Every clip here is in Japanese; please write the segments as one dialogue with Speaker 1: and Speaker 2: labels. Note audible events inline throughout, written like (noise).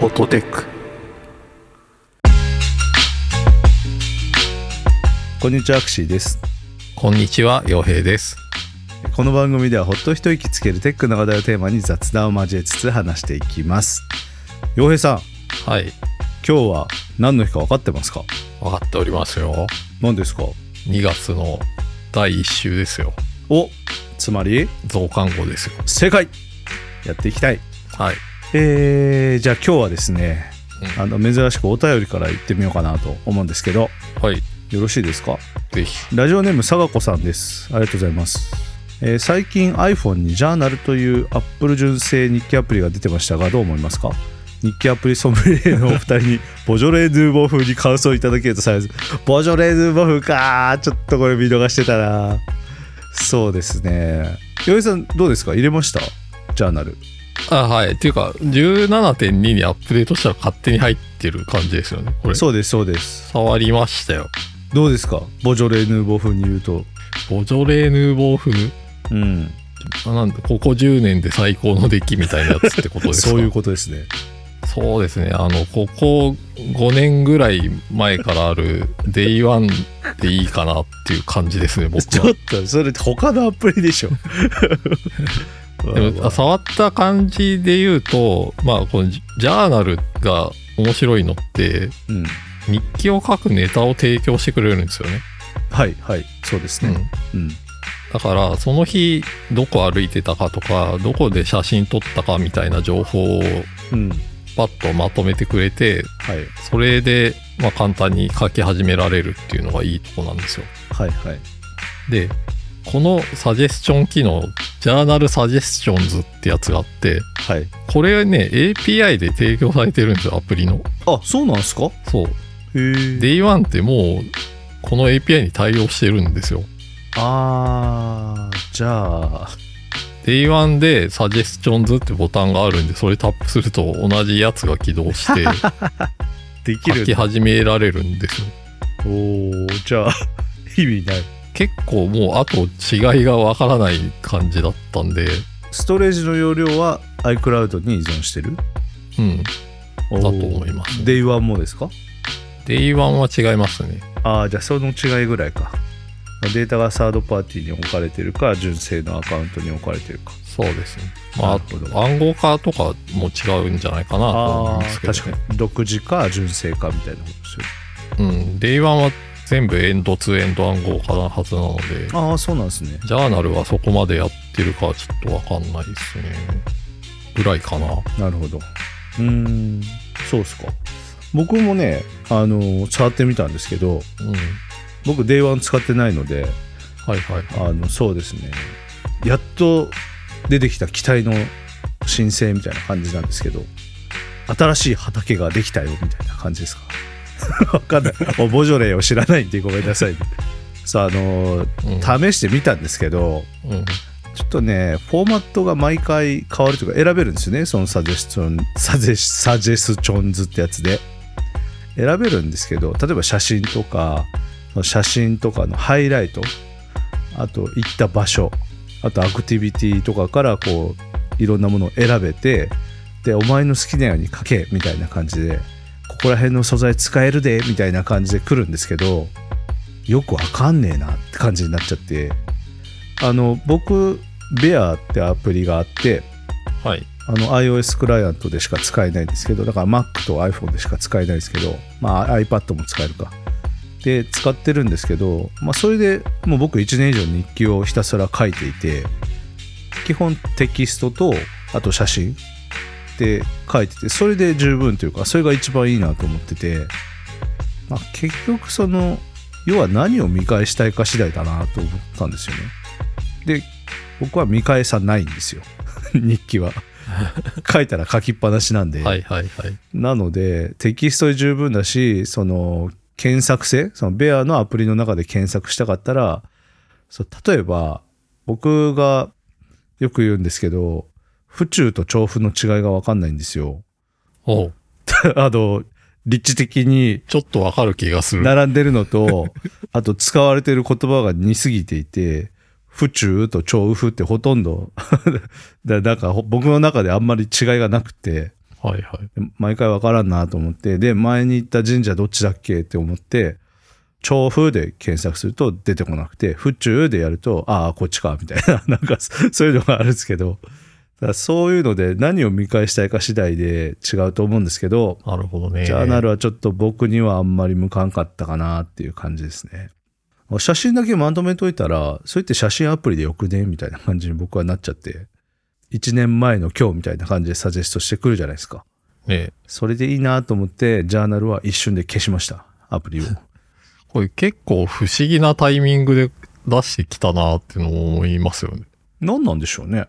Speaker 1: フォトテック
Speaker 2: こんにちはアクシーです
Speaker 1: こんにちは洋平です
Speaker 2: この番組ではほっと一息つけるテックの話題をテーマに雑談を交えつつ話していきます洋平さん
Speaker 1: はい
Speaker 2: 今日は何の日か分かってますか
Speaker 1: 分かっておりますよ
Speaker 2: 何ですか
Speaker 1: 2月の第1週ですよ
Speaker 2: おつまり
Speaker 1: 増刊号ですよ
Speaker 2: 正解やっていきたい
Speaker 1: はい
Speaker 2: えー、じゃあ今日はですね
Speaker 1: うん
Speaker 2: あの珍しくお便りから行ってみようかなと思うんですけど
Speaker 1: はい
Speaker 2: よろしいですか
Speaker 1: ぜひ
Speaker 2: ラジオネームさがこさんですありがとうございます、えー最近 iPhone にジャーナルという Apple 純正日記アプリが出てましたがどう思いますか日記アプリソムリエのお二人に (laughs) ボジョレ・ヌーボー風に感想いただけると幸いですボジョレ・ヌーボー風かーちょっとこれ見逃してたなそうですね洋平さんどうですか入れましたジャーナル
Speaker 1: あはいっていうか17.2にアップデートしたら勝手に入ってる感じですよねこれ
Speaker 2: そうですそうです
Speaker 1: 触りましたよ
Speaker 2: どうですかボジョレ・ヌーボー風に言うと
Speaker 1: ボジョレーヌーボー風
Speaker 2: うん
Speaker 1: あなんだここ10年で最高の出来みたいなやつってことですか
Speaker 2: (laughs) そういうことですね
Speaker 1: そうですね、あの、ここ5年ぐらい前からある、デイワンでいいかなっていう感じですね、僕
Speaker 2: ちょ
Speaker 1: は
Speaker 2: っ。とそれ他のアプリでしょ。
Speaker 1: (laughs) でもあ触った感じで言うと、まあ、このジジャーナルが面白いのって、
Speaker 2: うん、
Speaker 1: 日記を書くネタを提供してくれるんですよね。
Speaker 2: はいはいそうです
Speaker 1: う
Speaker 2: ね。
Speaker 1: ん。
Speaker 2: うん
Speaker 1: だから、その日、どこ歩いてたかとか、どこで写真撮ったかみたいな情報を
Speaker 2: うん
Speaker 1: パッとまとめてくれて、
Speaker 2: はい
Speaker 1: それで、まあ、簡単に書き始められるっていうのがいいとこなんですよ。
Speaker 2: はいはい。
Speaker 1: でこのサジェスチョン機能ジャーナルサジェスチョンズってやつがあって
Speaker 2: はい、
Speaker 1: これね API で提供されてるんですよアプリの
Speaker 2: あそうなんですかへ
Speaker 1: そう
Speaker 2: え。
Speaker 1: Day1 ってもうこの API に対応してるんですよ
Speaker 2: ああじゃあ
Speaker 1: Day1 でサジェスチョンズってボタンがあるんでそれタップすると同じやつが起動
Speaker 2: (laughs)
Speaker 1: して
Speaker 2: でき
Speaker 1: 書
Speaker 2: る
Speaker 1: き始められるんですよ
Speaker 2: おおじゃあ (laughs) 意味ない。
Speaker 1: 結構もうあと違いがわからない感じだったんで
Speaker 2: ストレージの容量は iCloud に依存してる
Speaker 1: うん
Speaker 2: だ
Speaker 1: だと思います
Speaker 2: デイワンもですか
Speaker 1: Day1 は違いますね
Speaker 2: ああじゃあその違いぐらいか。データがサードパーティーに置かれてるか純正のアカウントに置かれてるか。
Speaker 1: そうですね。まあ、
Speaker 2: なるほど
Speaker 1: 暗号化とかも違うんじゃないかなと思
Speaker 2: あ
Speaker 1: うん
Speaker 2: あ
Speaker 1: ですけど、ね。
Speaker 2: 確かに独自か純正かみたいなことですよ
Speaker 1: うん。デイワンは全部エンドツーエンド暗号化なはずなので、
Speaker 2: ああそうなんですね
Speaker 1: ジャーナルはそこまでやってるかはちょっとわかんないですね。ぐらいかな。
Speaker 2: なるほどうーんそうっすか僕もねあのー触ってみたんですけど
Speaker 1: うん。
Speaker 2: 僕 Day1 使ってないので
Speaker 1: はいはい。
Speaker 2: あのそうですねやっと出てきた期待の申請みたいな感じなんですけど新しい畑ができたよみたいな感じですか (laughs) わかんないおボジョレーを知らないんでごめんなさいねさああの
Speaker 1: うん。
Speaker 2: ー試してみたんですけど
Speaker 1: うん
Speaker 2: ちょっとね、フォーマットが毎回変わるというか、選べるんですよね、そのサジェスチョン、サジェスサジェスチョンズってやつで。選べるんですけど、例えば写真とか、その写真とかのハイライト、あと行った場所、あとアクティビティとかから、こう、いろんなものを選べて、で、お前の好きなように書け、みたいな感じで、ここら辺の素材使えるで、みたいな感じで来るんですけど、よくわかんねえなって感じになっちゃって、あの僕ベアってアプリがあって
Speaker 1: はい。
Speaker 2: あの iOS クライアントでしか使えないんですけどだから Mac と iPhone でしか使えないですけど、まあ、iPad も使えるかで使ってるんですけど、まあ、それでもう僕1年以上日記をひたすら書いていて基本テキストとあと写真で書いててそれで十分というかそれが一番いいなと思ってて、まあ、結局その要は何を見返したいか次第だなと思ったんですよねで僕は見返さないんですよ (laughs) 日
Speaker 1: (laughs)
Speaker 2: 記は書いたら書きっぱなしなんで、
Speaker 1: はいはいはい。
Speaker 2: なのでテキストで十分だしその検索性そのベアのアプリの中で検索したかったらそう例えば僕がよく言うんですけど府中と調布の違いが分かんないんですよ。 (laughs)
Speaker 1: おう
Speaker 2: あの立地的に
Speaker 1: ちょっとわかる気がする。
Speaker 2: 並んでるのとあと使われてる言葉が似すぎていて府中と (laughs) 調布ってほとんどだなんかほ僕の中であんまり違いがなくて
Speaker 1: はいはい。
Speaker 2: で毎回わからんなと思って、で、前に行った神社どっちだっけって思って、調布で検索すると出てこなくて、府中でやると、ああ、こっちか、みたいな、 (laughs) なんか、そういうのがあるんですけど、だからそういうので何を見返したいか次第で違うと思うんですけど、
Speaker 1: なるほどね。
Speaker 2: ジャーナルはちょっと僕にはあんまり向かんかったかなっていう感じですね。写真だけまとめといたら、そうやって写真アプリでよくねみたいな感じに僕はなっちゃって、1年前の今日みたいな感じでサジェストしてくるじゃないですか。
Speaker 1: ね
Speaker 2: それでいいなと思って、ジャーナルは一瞬で消しました。アプリを。
Speaker 1: これ結構不思議なタイミングで出してきたなっていうのを思いますよね。
Speaker 2: (laughs) 何なんでしょうね。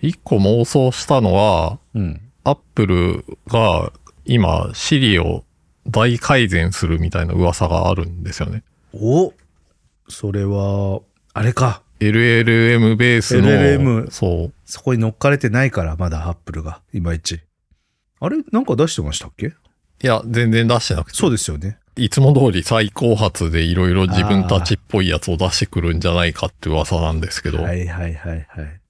Speaker 1: 一個妄想したのは、
Speaker 2: うん。
Speaker 1: アップルが今、シリを大改善するみたいな噂があるんですよね。
Speaker 2: おそれは、あれか。
Speaker 1: LLM ベースの、
Speaker 2: LLM
Speaker 1: そう、
Speaker 2: そこに乗っかれてないから、まだアップルが、いまいち。あれなんか出してましたっけ
Speaker 1: いや、全然出してなくて、
Speaker 2: そうですよね。
Speaker 1: いつも通り最高発でいろいろ自分たちっぽいやつを出してくるんじゃないかって噂なんですけど、
Speaker 2: はいはいはいはい。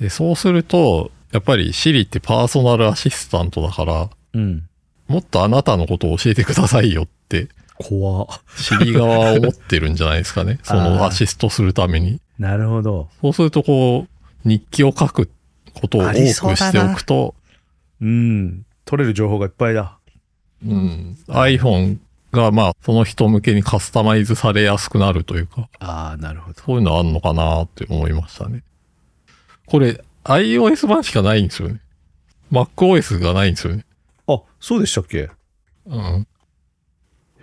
Speaker 1: でそうすると、やっぱり Siri ってパーソナルアシスタントだから、
Speaker 2: うん。
Speaker 1: もっとあなたのことを教えてくださいよって、
Speaker 2: 怖っ
Speaker 1: Siri 側は思ってるんじゃないですか
Speaker 2: (laughs)
Speaker 1: ね。そのアシストするために。
Speaker 2: なるほど。
Speaker 1: そうすると、こう、日記を書くことを多
Speaker 2: あ
Speaker 1: く
Speaker 2: りそうだ
Speaker 1: して
Speaker 2: な
Speaker 1: おくと、
Speaker 2: うん。取れる情報がいっぱいだ。
Speaker 1: うん、iPhone が、まあ、その人向けにカスタマイズされやすくなるというか、
Speaker 2: ああ、なるほど。
Speaker 1: そういうのあんのかなって思いましたね。これ、iOS 版しかないんですよね。MacOS がないんですよね。
Speaker 2: あ、そうでしたっけ
Speaker 1: うん。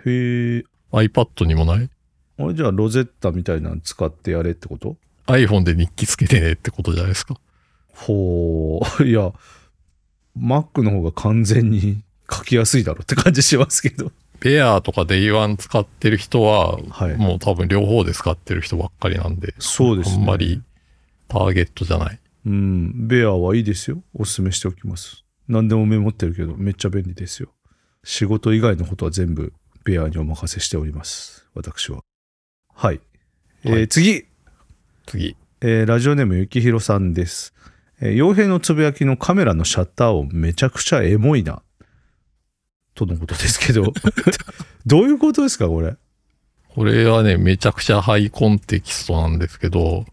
Speaker 2: へえ。
Speaker 1: iPad にもない。
Speaker 2: あれじゃあ、ロゼッタみたいなの使ってやれってこと
Speaker 1: iPhone で日記つけてねってことじゃないですか。
Speaker 2: ほう。い (laughs) や、Mac の方が完全に (laughs) 書きやすいだろって感じしますけど。
Speaker 1: ペアとか Day1 使ってる人は、
Speaker 2: はい。
Speaker 1: もう多分両方で使ってる人ばっかりなんで、
Speaker 2: そうです
Speaker 1: あ
Speaker 2: ね。
Speaker 1: んまり。ターゲットじゃない。
Speaker 2: うん。ベアはいいですよ。おすすめしておきます。何でもメモってるけど、めっちゃ便利ですよ。仕事以外のことは全部ベアにお任せしております。私は。はい。えー
Speaker 1: はい
Speaker 2: 次
Speaker 1: 次。
Speaker 2: えーラジオネームゆきひろさんです。えー、傭兵のつぶやきのカメラのシャッター音めちゃくちゃエモいな。とのことですけ
Speaker 1: (laughs)
Speaker 2: ど。どういうことですか、これ。
Speaker 1: これはね、めちゃくちゃハイコンテキストなんですけど、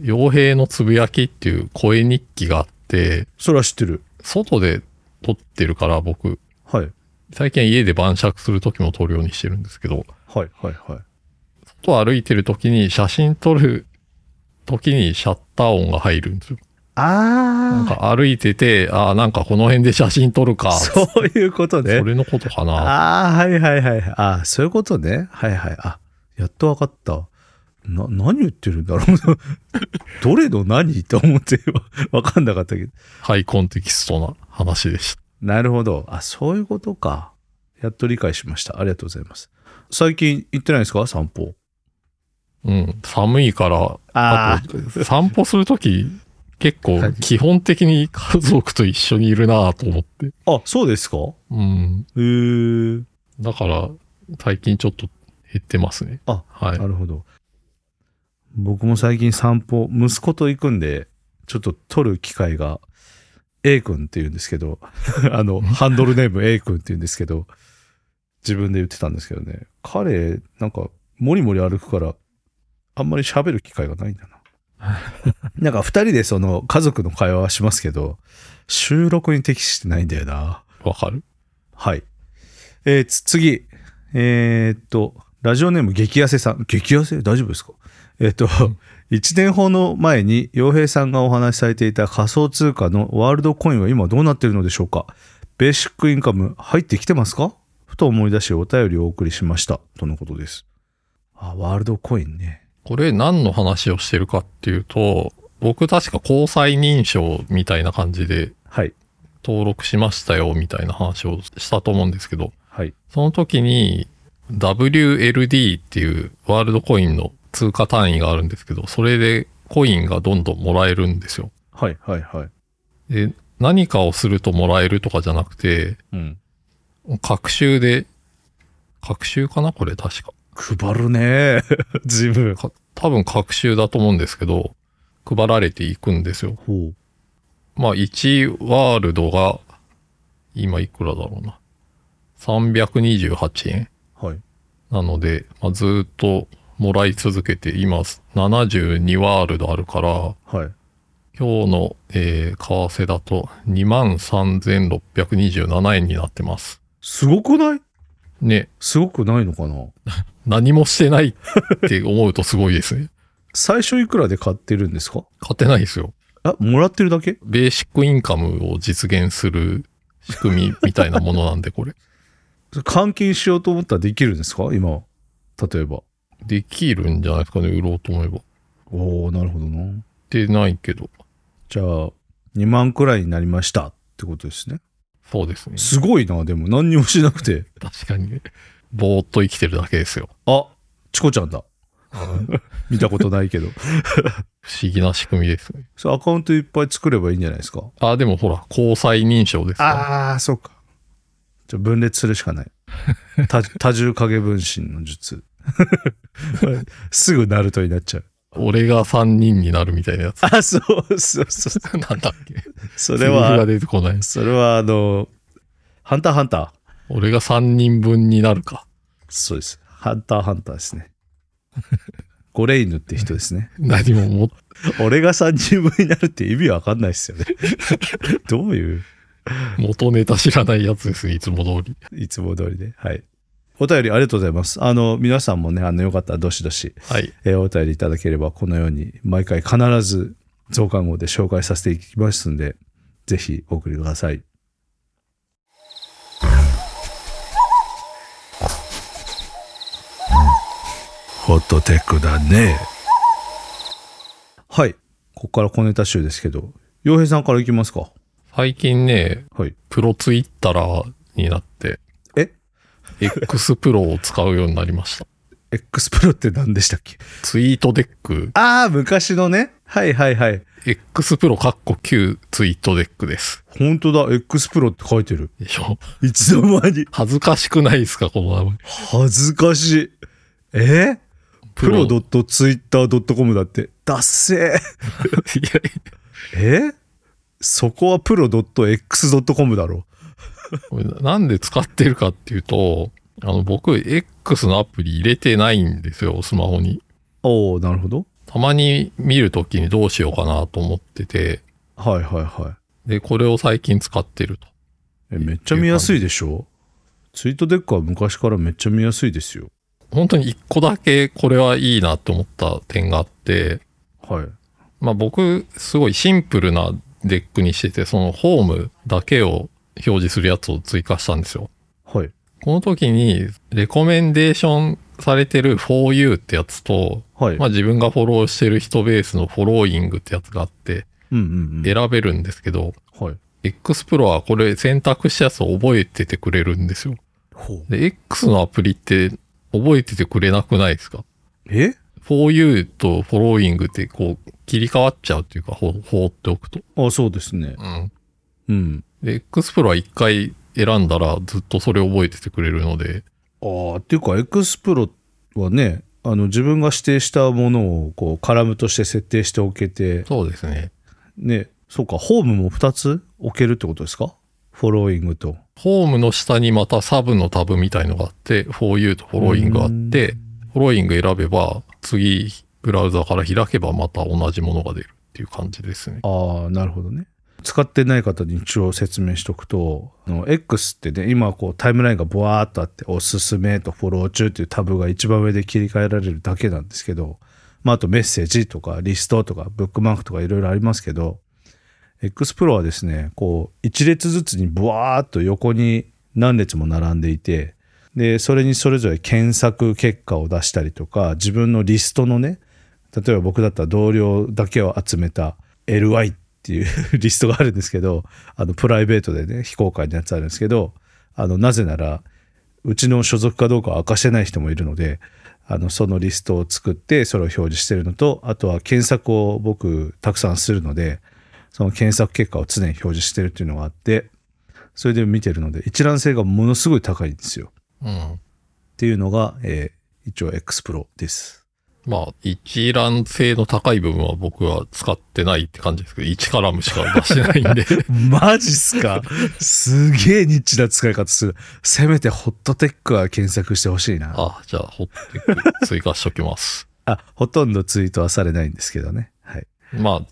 Speaker 1: 傭兵のつぶやきっていう声日記があって、
Speaker 2: それは知ってる。
Speaker 1: 外で撮ってるから僕、
Speaker 2: はい。
Speaker 1: 最近家で晩酌する時も撮るようにしてるんですけど、
Speaker 2: はい、はい、はい。
Speaker 1: 外歩いてる時に写真撮る時にシャッター音が入るんですよ。なん
Speaker 2: あ
Speaker 1: か歩いてて、ああ、なんかこの辺で写真撮るか。
Speaker 2: あ。そういうことね
Speaker 1: そ。れのことかな。
Speaker 2: ああ、はいはいはい。ああ、そういうことね。はいはい。あ、やっとわかった。な、何言ってるんだろう。 (laughs) どれの何 (laughs) と思ってわわかんなかったけど。
Speaker 1: ハイコンテキストな話でした。
Speaker 2: なるほど。あ、そういうことか。やっと理解しました。ありがとうございます。最近行ってないですか散歩。
Speaker 1: うん。寒いから、あ
Speaker 2: あ
Speaker 1: と、散歩するとき、結構
Speaker 2: はい、
Speaker 1: 基本的に家族と一緒にいるなぁと思って。
Speaker 2: あ。あ、そうですかへ
Speaker 1: うん。
Speaker 2: え。
Speaker 1: だから、最近ちょっと減ってますね。
Speaker 2: あ
Speaker 1: はい
Speaker 2: な。るほど。僕も最近散歩、息子と行くんで、ちょっと撮る機会が、A 君って言うんですけど、 (laughs) あの、ハンドルネーム A 君って言うんですけど、自分で言ってたんですけどね、彼、なんか、もりもり歩くから、あんまり喋る機会がないんだ
Speaker 1: (laughs)
Speaker 2: な。なんか、二人でその、家族の会話はしますけど、収録に適してないんだよな。
Speaker 1: わかる
Speaker 2: はい。えーつ次。えーっと、ラジオネーム激痩せさん。激痩せ大丈夫ですかえーっと、1年ほど前に洋平さんがお話しされていた仮想通貨のワールドコインは今どうなってるのでしょうかベーシックインカム入ってきてますかふと思い出しお便りをお送りしました。とのことです。あ、ワールドコインね。
Speaker 1: これ何の話をしてるかっていうと、僕確か交際認証みたいな感じで
Speaker 2: はい。
Speaker 1: 登録しましたよみたいな話をしたと思うんですけど、
Speaker 2: はい。
Speaker 1: その時に WLD っていうワールドコインの通貨単位があるんですけど、それでコインがどんどんもらえるんですよ。
Speaker 2: はい、はい、はい。
Speaker 1: で、何かをするともらえるとかじゃなくて、
Speaker 2: うん。
Speaker 1: 学習で、学習かなこれ確か。
Speaker 2: 配るね (laughs) 自分。
Speaker 1: か多分学習だと思うんですけど、配られていくんですよ。
Speaker 2: ほう。
Speaker 1: まあ1ワールドが今いくらだろうな。328円。
Speaker 2: はい。
Speaker 1: なので、まあ、ずーっともらい続けて、今72ワールドあるから、
Speaker 2: はい。
Speaker 1: 今日の、えー為替だと23,627円になってます。
Speaker 2: すごくない
Speaker 1: ね、
Speaker 2: すごくないのかな
Speaker 1: 何もしてないって思うとすごいですね。 (laughs)
Speaker 2: 最初いくらで買ってるんですか
Speaker 1: 勝てないですよ。
Speaker 2: あ、もらってるだけ
Speaker 1: ベーシックインカムを実現する仕組みみたいなものなんで、これ。
Speaker 2: 換金しようと思ったらできるんですか今は。例えば。
Speaker 1: できるんじゃないですかね、売ろうと思えば。
Speaker 2: おおなるほどな。
Speaker 1: でないけど。
Speaker 2: じゃあ、2万くらいになりましたってことですね。
Speaker 1: そうですね。
Speaker 2: すごいな、でも何にもしなくて。
Speaker 1: (laughs)
Speaker 2: (laughs)
Speaker 1: 確かにね。ぼーっと生きてるだけですよ。
Speaker 2: あ、チコちゃんだ。 (laughs) 見たことないけど。
Speaker 1: 不思議な仕組みですね。
Speaker 2: そうアカウントいっぱい作ればいいんじゃないですか
Speaker 1: あ、でもほら、交際認証ですから
Speaker 2: ああ、そうか。じゃあ分裂するしかない。多 (laughs) 多重影分身の (laughs) 術。すぐナルトになっちゃう。
Speaker 1: 俺が3人になるみたいなやつ。
Speaker 2: あ、そうそうそう。
Speaker 1: (laughs) なんだっけ
Speaker 2: そ
Speaker 1: そ
Speaker 2: れは
Speaker 1: が、出てこない。
Speaker 2: それはあの、ハンターハンター。
Speaker 1: 俺が3人分になるか。
Speaker 2: そうです。ハンターハンターですね。 (laughs) ゴレイヌって人ですね。
Speaker 1: 何もも、
Speaker 2: (laughs)
Speaker 1: (laughs)
Speaker 2: 俺が3人分になるって意味わかんないですよね。 (laughs) どういう、
Speaker 1: 元ネタ知らないやつですね、いつも通り。
Speaker 2: いつも通りで。はい。お便りありがとうございます。あの、皆さんもね、あの、よかったらどしどし、
Speaker 1: はい。
Speaker 2: えーお便りいただければ、このように毎回必ず増刊号で紹介させていきますんで、ぜひお送りください。ホットテックだね。はい。ここから小ネタ集ですけど、洋平さんからいきますか。
Speaker 1: 最近ね、
Speaker 2: はい。
Speaker 1: プロツイッターになって、
Speaker 2: え
Speaker 1: X プロを使うようになりました。
Speaker 2: X プロって何でしたっけ
Speaker 1: ツイートデック、
Speaker 2: ああ、昔のね。はいはいはい。
Speaker 1: X プロかっこ旧ツイートデックです。
Speaker 2: 本当だ、X プロって書いてる。
Speaker 1: でしょ
Speaker 2: いつの間に。
Speaker 1: 恥ずかしくないですか、この名前。
Speaker 2: 恥ずかしい。えー、プ
Speaker 1: プロ
Speaker 2: ロ .twitter.com だって。だっせ
Speaker 1: (laughs)
Speaker 2: ー。
Speaker 1: いや
Speaker 2: えそこはプロ .x.com だろ。
Speaker 1: これなんで使ってるかっていうと、あの、僕、X のアプリ入れてないんですよ、スマホに。
Speaker 2: おおなるほど。
Speaker 1: たまに見るときにどうしようかなと思ってて、
Speaker 2: はいはいはい。
Speaker 1: で、これを最近使ってると。
Speaker 2: えめっちゃ見やすいでしょツイートデックは昔からめっちゃ見やすいですよ。
Speaker 1: 本当に一個だけこれはいいなって思った点があって、
Speaker 2: はい。
Speaker 1: まあ僕、すごいシンプルなデックにしてて、そのホームだけを表示するやつを追加したんですよ。
Speaker 2: はい。
Speaker 1: この時に、レコメンデーションされてる for you ってやつと、
Speaker 2: はい。
Speaker 1: まあ自分がフォローしてる人ベースのフォローイングってやつがあって
Speaker 2: うんうんうん。
Speaker 1: 選べるんですけど、
Speaker 2: はい。
Speaker 1: X プロはこれ選択したやつを覚えててくれるんですよ。
Speaker 2: ほう。
Speaker 1: で、X のアプリって覚えててくれなくないですか
Speaker 2: え
Speaker 1: ?for you とフォローイングってこう切り替わっちゃうっていうか、ほ放っておくと。
Speaker 2: あ、そうですね。
Speaker 1: うん。
Speaker 2: うん。
Speaker 1: で、X プロは一回選んだらずっとそれ覚えててくれるので、
Speaker 2: ああ、っていうか、X プロはね、あの自分が指定したものをこうカラムとして設定しておけて、
Speaker 1: そうですね。
Speaker 2: ね、そうか、ホームも2つ置けるってことですかフォローイングと。
Speaker 1: ホームの下にまたサブのタブみたいのがあって、for you とフォローイングがあって、フォローイング選べば、次、ブラウザから開けばまた同じものが出るっていう感じですね。
Speaker 2: ああ、なるほどね。使ってない方に一応説明しておくと、あの X ってね、今こうタイムラインがボワーっとあって、おすすめとフォロー中っていうタブが一番上で切り替えられるだけなんですけど、まあ、あとメッセージとかリストとかブックマークとかいろいろありますけど、X プロはですね、こう一列ずつにボワーっと横に何列も並んでいて、で、それにそれぞれ検索結果を出したりとか、自分のリストのね、例えば僕だったら同僚だけを集めた LY っていうリストがあるんですけどあのプライベートでね非公開のやつあるんですけどあのなぜならうちの所属かどうかは明かしてない人もいるのであのそのリストを作ってそれを表示してるのとあとは検索を僕たくさんするのでその検索結果を常に表示してるっていうのがあってそれで見てるので一覧性がものすごい高いんですよ
Speaker 1: うん。
Speaker 2: っていうのが、えー一応 X プロです。
Speaker 1: まあ、一覧性の高い部分は僕は使ってないって感じですけど、1カラムしか出してないん
Speaker 2: (laughs)
Speaker 1: で、
Speaker 2: (laughs) マジっすかすげえニッチな使い方する。せめてホットテックは検索してほしいな。
Speaker 1: あ、じゃあ、ほってく追加しときます。
Speaker 2: あ、ほとんどツイートはされないんですけどね。はい。
Speaker 1: ま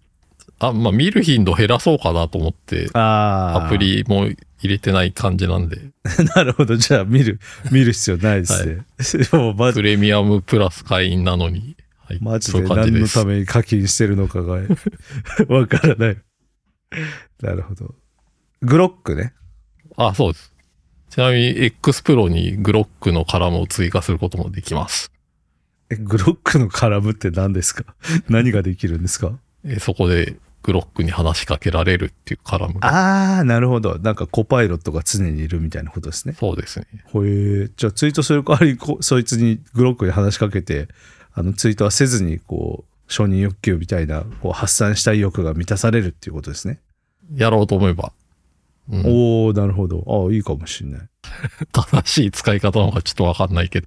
Speaker 1: あ、あ、まあ、見る頻度減らそうかなと思って、
Speaker 2: あー (laughs)
Speaker 1: アプ。リも入れてない感じなんで、
Speaker 2: なるほど。じゃあ見る、見る必要ないですね。 (laughs) もうマジ
Speaker 1: プレミアムプラス会員なのに、はい、
Speaker 2: マジ
Speaker 1: そう
Speaker 2: で
Speaker 1: いう感じ
Speaker 2: 何
Speaker 1: で
Speaker 2: の
Speaker 1: す
Speaker 2: た。めに課金してるのかが (laughs) わからない。なるほど。グロックね。
Speaker 1: あ、そうです。ちなみに X プロにグロックのカラムを追加することもできます。
Speaker 2: えグロックの絡むって何ですか (laughs) 何ができるんですか
Speaker 1: えそこでグロックに話しかけられるっていうカラムが。
Speaker 2: ああ、なるほど。なんかコパイロットが常にいるみたいなことですね。
Speaker 1: そうですね。
Speaker 2: ほえーじゃあツイートする代わりにこそいつにグロックに話しかけてあのツイートはせずにこう承認欲求みたいなこう発散したい欲が満たされるっていうことですね、
Speaker 1: やろうと思えば。 (laughs) うん、
Speaker 2: おおなるほどああいいかもしんない
Speaker 1: 正しい使い方なのかちょっとわかんないけど、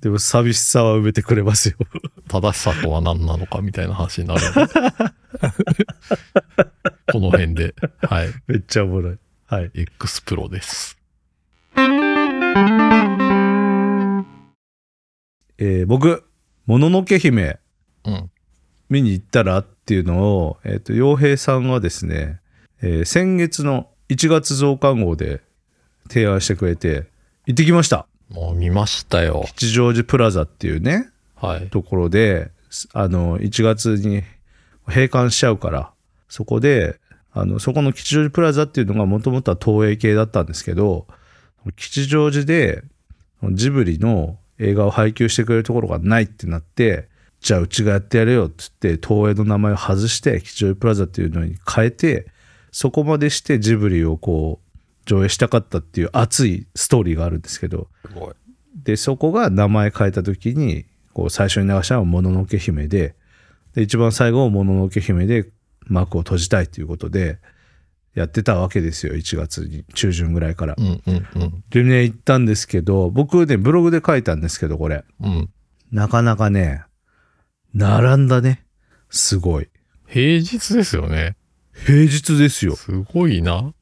Speaker 2: でも寂しさは埋めてくれますよ
Speaker 1: 正しさとは何なのかみたいな話になるの (laughs) で。この辺で、はい。
Speaker 2: (laughs) めっちゃおもろいはい
Speaker 1: X プロです。
Speaker 2: えー僕「もののけ姫
Speaker 1: うん。」
Speaker 2: 見に行ったらっていうのを、えー、と洋平さんがですね、えー先月の1月増刊号で提案してくれて行ってきました
Speaker 1: もう見ましたよ。
Speaker 2: 吉祥寺プラザっていうね
Speaker 1: はい。
Speaker 2: ところで、すあの、1月に閉館しちゃうから、そこで、あの、そこの吉祥寺プラザっていうのがもともとは東映系だったんですけど、吉祥寺でジブリの映画を配給してくれるところがないってなって、じゃあうちがやってやれよって言って、東映の名前を外して、吉祥寺プラザっていうのに変えて、そこまでしてジブリをこう、上映したかったっていう熱いストーリーがあるんですけど、
Speaker 1: すごい。
Speaker 2: でそこが名前変えた時にこう最初に流したのは「もののけ姫で」で一番最後は「もののけ姫」で幕を閉じたいということでやってたわけですよ1月に中旬ぐらいから
Speaker 1: う。んうんうん。
Speaker 2: でね行ったんですけど僕ねブログで書いたんですけどこれ
Speaker 1: うん。
Speaker 2: なかなかね並んだねすごい
Speaker 1: 平日ですよね。
Speaker 2: 平日ですよ
Speaker 1: すごいな。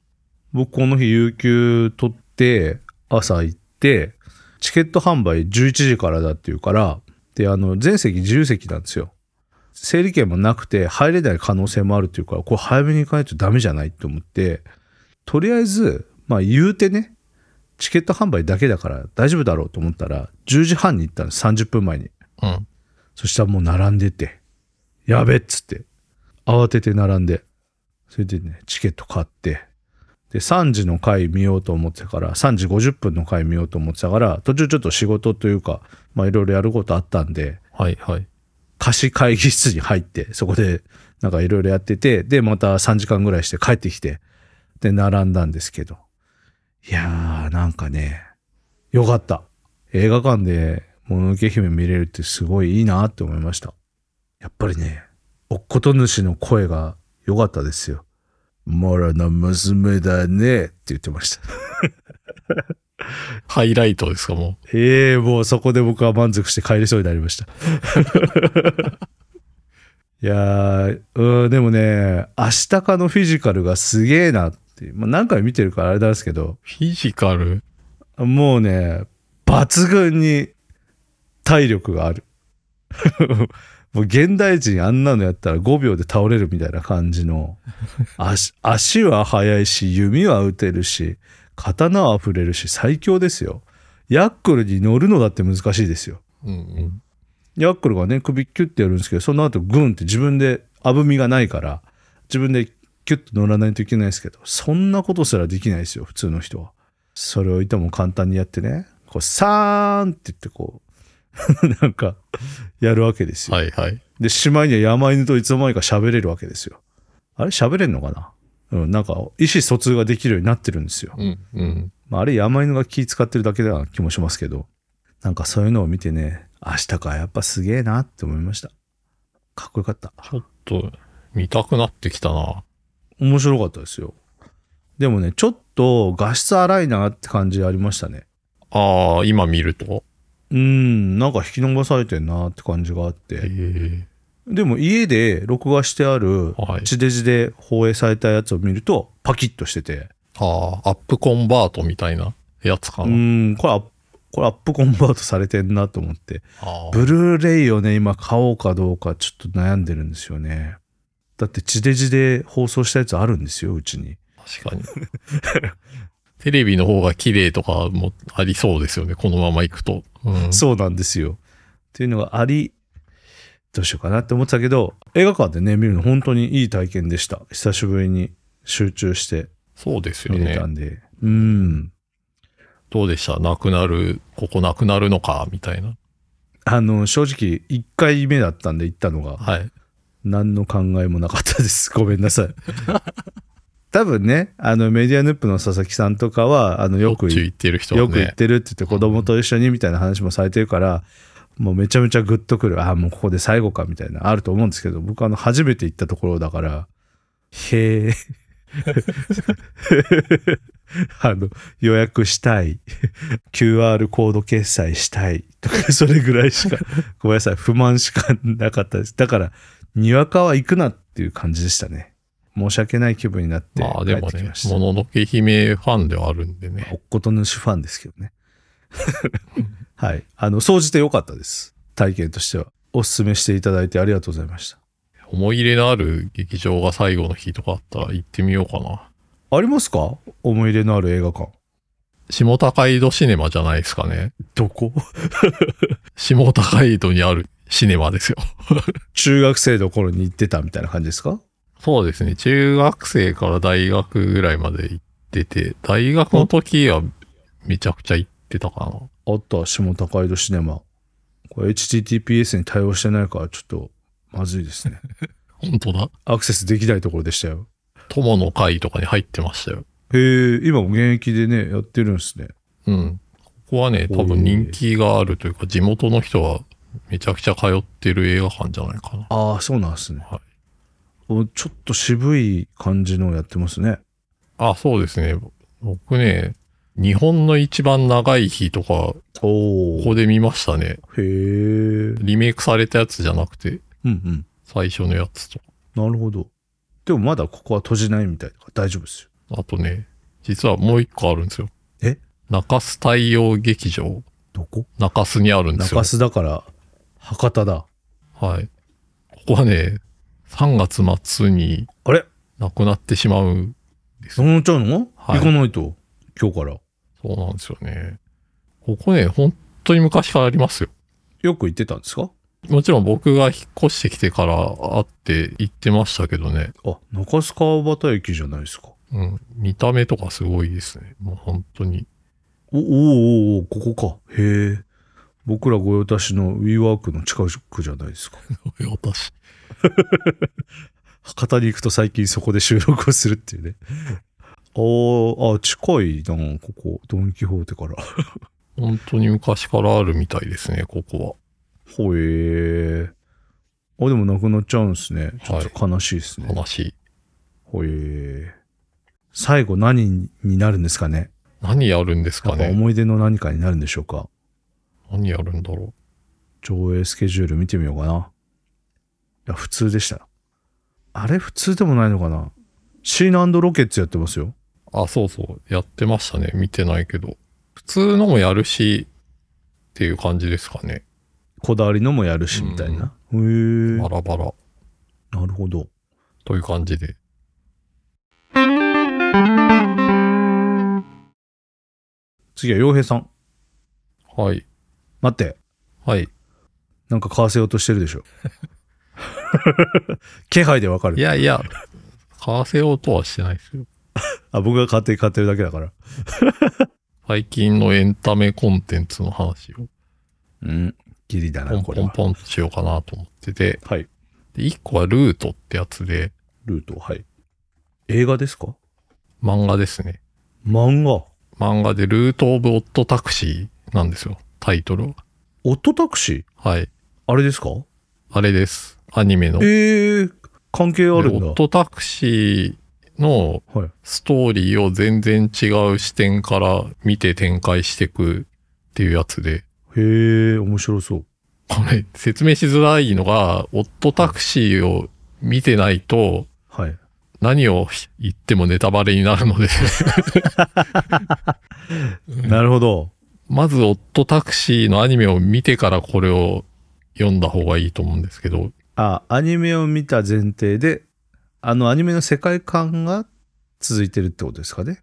Speaker 2: 僕この日有給取って朝行ってチケット販売11時からだっていうからであの全席自由席なんですよ整理券もなくて入れない可能性もあるっていうからこれ早めに行かないとダメじゃないと思ってとりあえずまあ言うてねチケット販売だけだから大丈夫だろうと思ったら10時半に行ったんです30分前に
Speaker 1: うん。
Speaker 2: そしたらもう並んでて、やべっつって、慌てて並んで、それでね、チケット買って、で、3時の回見ようと思ってたから、3時50分の回見ようと思ってたから、途中ちょっと仕事というか、まあいろいろやることあったんで、
Speaker 1: はいはい。
Speaker 2: 貸し会議室に入って、そこでなんかいろいろやってて、で、また3時間ぐらいして帰ってきて、で、並んだんですけど。いやー、なんかね、よかった。映画館でもののけ姫見れるってすごいいいなって思いました。やっぱりね、おっこと主の声が良かったですよ。モラの娘だねって言ってました。
Speaker 1: ハイライトですか、も
Speaker 2: ええもうそこで僕は満足して帰れそうになりました。 (laughs) いやーうん、でもね、アシタカのフィジカルがすげえなって、まあ、何回見てるからあれなんですけど
Speaker 1: う。、フィジカル
Speaker 2: もうね、抜群に体力がある。 (laughs) もう現代人あんなのやったら5秒で倒れるみたいな感じの、足 (laughs) 足は速いし、弓は打てるし、刀は振れるし、最強ですよ。ヤックルに乗るのだって難しいですよ。
Speaker 1: うんうん。
Speaker 2: ヤックルがね、首キュッてやるんですけど、その後グンって自分で、あぶみがないから、自分でキュッと乗らないといけないですけど、そんなことすらできないですよ、普通の人は。それをいとも簡単にやってね、こう、サーンって言ってこう、 (laughs) なんか、やるわけですよ。
Speaker 1: はいはい。
Speaker 2: で、しまいには山犬といつの間にか喋れるわけですよ。あれ喋れんのかなうん、なんか、意思疎通ができるようになってるんですよ。
Speaker 1: うんうん。
Speaker 2: まあ、あれ山犬が気使ってるだけだな気もしますけどなんかそういうのを見てね明日かやっぱすげえなって思いましたかっこよかった
Speaker 1: ちょっと見たくなってきたな。
Speaker 2: 面白かったですよでもねちょっと画質荒いなって感じありましたね
Speaker 1: ああ、今見ると。
Speaker 2: うんなんか引き伸ばされてんなって感じがあって、
Speaker 1: え
Speaker 2: でも家で録画してある
Speaker 1: はい
Speaker 2: 地デジで放映されたやつを見るとパキッとしてて、
Speaker 1: ああ、アップコンバートみたいなやつか
Speaker 2: う
Speaker 1: な。
Speaker 2: んこれアップこれアップコンバートされてんなと思って
Speaker 1: ああ
Speaker 2: ブルーレイをね今買おうかどうかちょっと悩んでるんですよねだって地デジで放送したやつあるんですようちに
Speaker 1: 確
Speaker 2: (laughs)
Speaker 1: かに。テレビの方が綺麗とかもありそうですよね。このまま行くと。うん、
Speaker 2: そうなんですよっていうのがありどうしようかなって思ってたけど映画館でね見るの本当にいい体験でした久しぶりに集中して
Speaker 1: そうですよ
Speaker 2: 見れ
Speaker 1: ね
Speaker 2: た。んで、うん
Speaker 1: どうでしたなくなる、ここなくなるのか、みたいな。
Speaker 2: あの正直1回目だったんで行ったのが
Speaker 1: はい。
Speaker 2: 何の考えもなかったです (laughs) ごめん
Speaker 1: (laughs)
Speaker 2: なさい多分ねあのメディアヌップの佐々木さんとかはあのよく
Speaker 1: っちゅう言ってる人はね。
Speaker 2: よく行ってるって言って子供と一緒にみたいな話もされてるから、もうめちゃめちゃグッとくるああもうここで最後かみたいなあると思うんですけど僕あの初めて行ったところだから
Speaker 1: (laughs)
Speaker 2: へえあの予約したい QR コード決済したいとかそれぐらい
Speaker 1: (laughs)
Speaker 2: しかごめんなさい不満しかなかったですだからにわかは行くなっていう感じでしたね申し訳ない気分になって
Speaker 1: まあ
Speaker 2: 帰
Speaker 1: で
Speaker 2: っ
Speaker 1: も
Speaker 2: てき
Speaker 1: ね
Speaker 2: ま、した、
Speaker 1: もののけ姫ファンではあるんでね。
Speaker 2: おっことぬしファンですけどね。はい。あの、総じて良かったです。体験としては。おすすめしていただいてありがとうございました。
Speaker 1: 思い入れのある劇場が最後の日とかあったら行ってみようかな。
Speaker 2: ありますか思い入れのある映画館。
Speaker 1: 下高井戸シネマじゃないですかね。
Speaker 2: どこ
Speaker 1: 下高井戸にあるシネマですよ。
Speaker 2: 中学生の頃に行ってたみたいな感じですか
Speaker 1: そうですね。中学生から大学ぐらいまで行ってて、大学の時はめちゃくちゃ行ってたかな。
Speaker 2: あった、下高井戸シネマ。これ HTTPS に対応してないからちょっとまずいですね。 (laughs)
Speaker 1: 本当だ。
Speaker 2: アクセスできないところでしたよ。
Speaker 1: 友の会とかに入ってましたよ。
Speaker 2: へえ、今も現役でね、やってるんですね。
Speaker 1: うん。ここはね、多分人気があるというか、地元の人はめちゃくちゃ通ってる映画館じゃないかな。
Speaker 2: ああ、そうなんですね。
Speaker 1: はい
Speaker 2: おちょっと渋い感じのやってますね。
Speaker 1: あ、そうですね。僕ね、日本の一番長い日とか、こ
Speaker 2: おお。
Speaker 1: こで見ましたね。
Speaker 2: へえ。うん
Speaker 1: リメイクされたやつじゃなくて、
Speaker 2: うん。
Speaker 1: 最初のやつとか。
Speaker 2: なるほど。でもまだここは閉じないみたいだから大丈夫ですよ。
Speaker 1: あとね、実はもう一個あるんですよ。
Speaker 2: え
Speaker 1: 中洲太陽劇場。
Speaker 2: どこ
Speaker 1: 中洲にあるんですよ
Speaker 2: 中。洲だから博多だ。
Speaker 1: はい。ここはね、3月末に
Speaker 2: あれ
Speaker 1: 亡くなってしまう。
Speaker 2: そうなっちゃうの、
Speaker 1: はい
Speaker 2: 行かないと。今日から。
Speaker 1: そうなんですよね。ここね、本当に昔からありますよ。
Speaker 2: よく行ってたんですか
Speaker 1: もちろん僕が引っ越してきてからあって行ってましたけどね。
Speaker 2: あ、中洲川端駅じゃないですか。
Speaker 1: うん。見た目とかすごいですね。もう本当に。
Speaker 2: おおおおここか。へえ。僕ら御用達の WeWork の近くじゃないですか。
Speaker 1: 私。
Speaker 2: (laughs) 博多に行くと最近そこで収録をするっていうね。あーあ、近いな、ここ。ドン・キホーテから。
Speaker 1: 本当に昔からあるみたいですね、ここ
Speaker 2: ほえー。あ、でもなくなっちゃうんですね。ちょ
Speaker 1: は
Speaker 2: っ
Speaker 1: い
Speaker 2: と悲しいですね。
Speaker 1: は。話。
Speaker 2: ほえー。最後何になるんですかね
Speaker 1: 何やるんです
Speaker 2: や
Speaker 1: か
Speaker 2: っぱ
Speaker 1: ね。
Speaker 2: 思い出の何かになるんでしょうか
Speaker 1: 何やるんだろ
Speaker 2: 上映スケジュール見てみようかな。いや、普通でした。あれ普通でもないのかなシーナロケッツやってますよ。
Speaker 1: う。あ、そうそう。やってましたね。見てないけど。普通のもやるし、っていう感じですかね。
Speaker 2: こだわりのもやるし、みたいな。へえー
Speaker 1: バ。ラバラ。
Speaker 2: なるほど。
Speaker 1: という感じで。
Speaker 2: 次は洋平さん。
Speaker 1: はい。
Speaker 2: 待って。
Speaker 1: はい。
Speaker 2: なんか買わせようとして
Speaker 1: (laughs)
Speaker 2: るでしょ。気配でわか
Speaker 1: い
Speaker 2: る。
Speaker 1: やいや、買わせようとはしてないですよ。
Speaker 2: あ、僕が勝手に買ってるだけだから。
Speaker 1: 最近のエンタメコンテンツの話を
Speaker 2: うん。ギリだ
Speaker 1: ポ
Speaker 2: な、
Speaker 1: ン
Speaker 2: こ
Speaker 1: ポ
Speaker 2: れ
Speaker 1: ン
Speaker 2: は。
Speaker 1: ポンとしようかなと思ってて、
Speaker 2: はい。
Speaker 1: で1個はルートってやつで、
Speaker 2: ルート、はい。映画ですか
Speaker 1: 漫画ですね。
Speaker 2: 漫画。
Speaker 1: 漫画でルート・オブ・オット・タクシーなんですよ。タイトルは。
Speaker 2: オットタクシー
Speaker 1: はい。
Speaker 2: あれですか
Speaker 1: あれです。アニメの。で
Speaker 2: ええー、関係
Speaker 1: オ
Speaker 2: あるんだ。
Speaker 1: ット・タクシーの
Speaker 2: はい。
Speaker 1: ストーリーを全然違う視点から見て展開していくっていうやつで、
Speaker 2: へへえ、面白そう。
Speaker 1: これ説明しづらいのが、オットタクシーを見てないと、
Speaker 2: はい。
Speaker 1: 何を言ってもネタバレになるので、 (laughs)
Speaker 2: なるほど。
Speaker 1: まずオットタクシーのアニメを見てからこれを読んだ方がいいと思うんですけど、
Speaker 2: あ、アニメを見た前提で、あのアニメの世界観が続いてるってことですかね。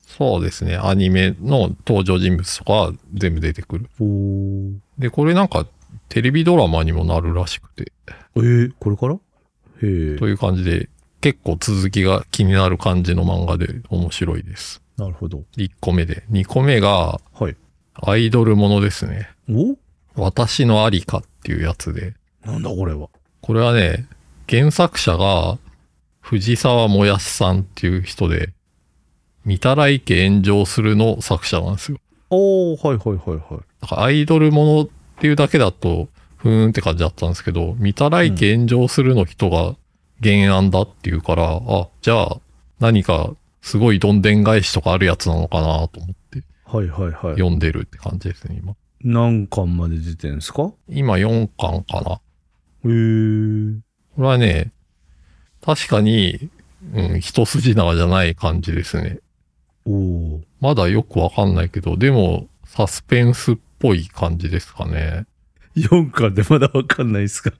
Speaker 1: そうですね、アニメの登場人物とか全部出てくる。
Speaker 2: おお。
Speaker 1: で、これなんかテレビドラマにもなるらしくて、
Speaker 2: えー、これからへえ。
Speaker 1: という感じで、結構続きが気になる感じの漫画で面白いです。
Speaker 2: なるほど。
Speaker 1: 1個目で。2個目が
Speaker 2: はい。
Speaker 1: アイドルものですね。
Speaker 2: お
Speaker 1: 私のありかっていうやつで、
Speaker 2: なんだこれは。
Speaker 1: これはね、原作者が藤沢もやしさんっていう人で、見たら池炎上するの作者なんですよ。
Speaker 2: おおはいはいはいはい。
Speaker 1: だからアイドルものっていうだけだと、ふーんって感じだったんですけど、見たら池炎上するの人が原案だっていうから、あ、じゃあ何かすごいどんでん返しとかあるやつなのかなと思って
Speaker 2: はいはいはい。
Speaker 1: 読んでるって感じですね、今。
Speaker 2: 何巻まで出てるんですか
Speaker 1: 今4巻かな。
Speaker 2: へえ。
Speaker 1: これはね、確かに、うん、一筋縄じゃない感じですね。
Speaker 2: おお
Speaker 1: まだよくわかんないけど、でも、サスペンスっぽい感じですかね。
Speaker 2: 4巻でまだわかんないですか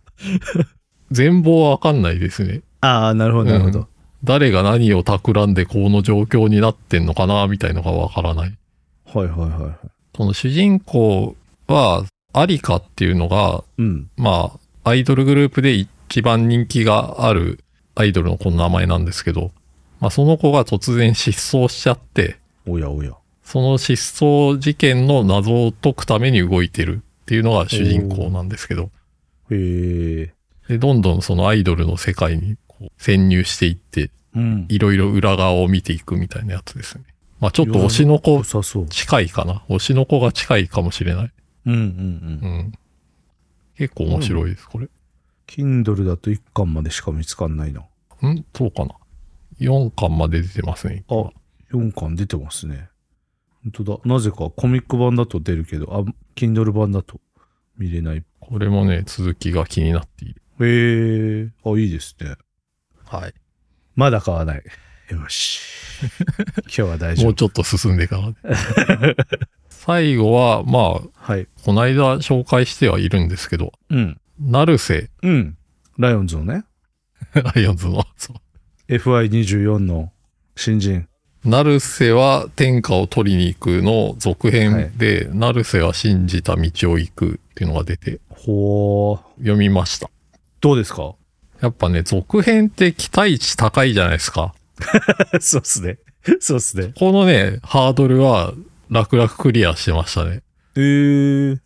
Speaker 1: 全貌はわかんないですね。
Speaker 2: ああ、なるほどなるほど。
Speaker 1: うん誰が何を企んでこの状況になってんのかな、みたいのがわからない。
Speaker 2: はいはいはいはい。
Speaker 1: その主人公は、アリカっていうのが、
Speaker 2: うん。
Speaker 1: まあ、アイドルグループで一番人気があるアイドルの子の名前なんですけど、まあその子が突然失踪しちゃって、
Speaker 2: おやおや。
Speaker 1: その失踪事件の謎を解くために動いてるっていうのが主人公なんですけど、
Speaker 2: へえ。
Speaker 1: で、どんどんそのアイドルの世界にこう潜入していって、
Speaker 2: うん。
Speaker 1: いろいろ裏側を見ていくみたいなやつですね。まあちょっと推しの子
Speaker 2: 良さそう。
Speaker 1: 近いかな。推しの子が近いかもしれない。
Speaker 2: うんうんう。
Speaker 1: うんん。結構面白いです、これ。
Speaker 2: Kindle だと1巻までしか見つかんないな。
Speaker 1: んそうかな。4巻まで出てますね。
Speaker 2: あ、4巻出てますね。本当だ。なぜかコミック版だと出るけど、あ、Kindle 版だと見れない。
Speaker 1: これもね、続きが気になっている。
Speaker 2: へえ。あ、いいですね。
Speaker 1: はい。
Speaker 2: まだ買わない。よし。 (laughs) 今日は大丈
Speaker 1: もう
Speaker 2: 夫。
Speaker 1: ちょっと進んでからね。 (laughs) 最後は、まあ、
Speaker 2: はい。
Speaker 1: この間紹介してはいるんですけど、
Speaker 2: うん。
Speaker 1: ナルセ、
Speaker 2: うん。ライオンズのね、
Speaker 1: ライオンズの、そ
Speaker 2: FI24 の新人。
Speaker 1: う。ナルセは天下を取りに行くの続編で、ナルセは信じた道を行くっていうのが出て
Speaker 2: ほー。
Speaker 1: 読みました。
Speaker 2: どうですか
Speaker 1: やっぱね、続編って期待値高いじゃないですか。
Speaker 2: (laughs) そうっすね。 (laughs) そうっすね。
Speaker 1: このね、ハードルは楽々クリアしてましたね。
Speaker 2: えー。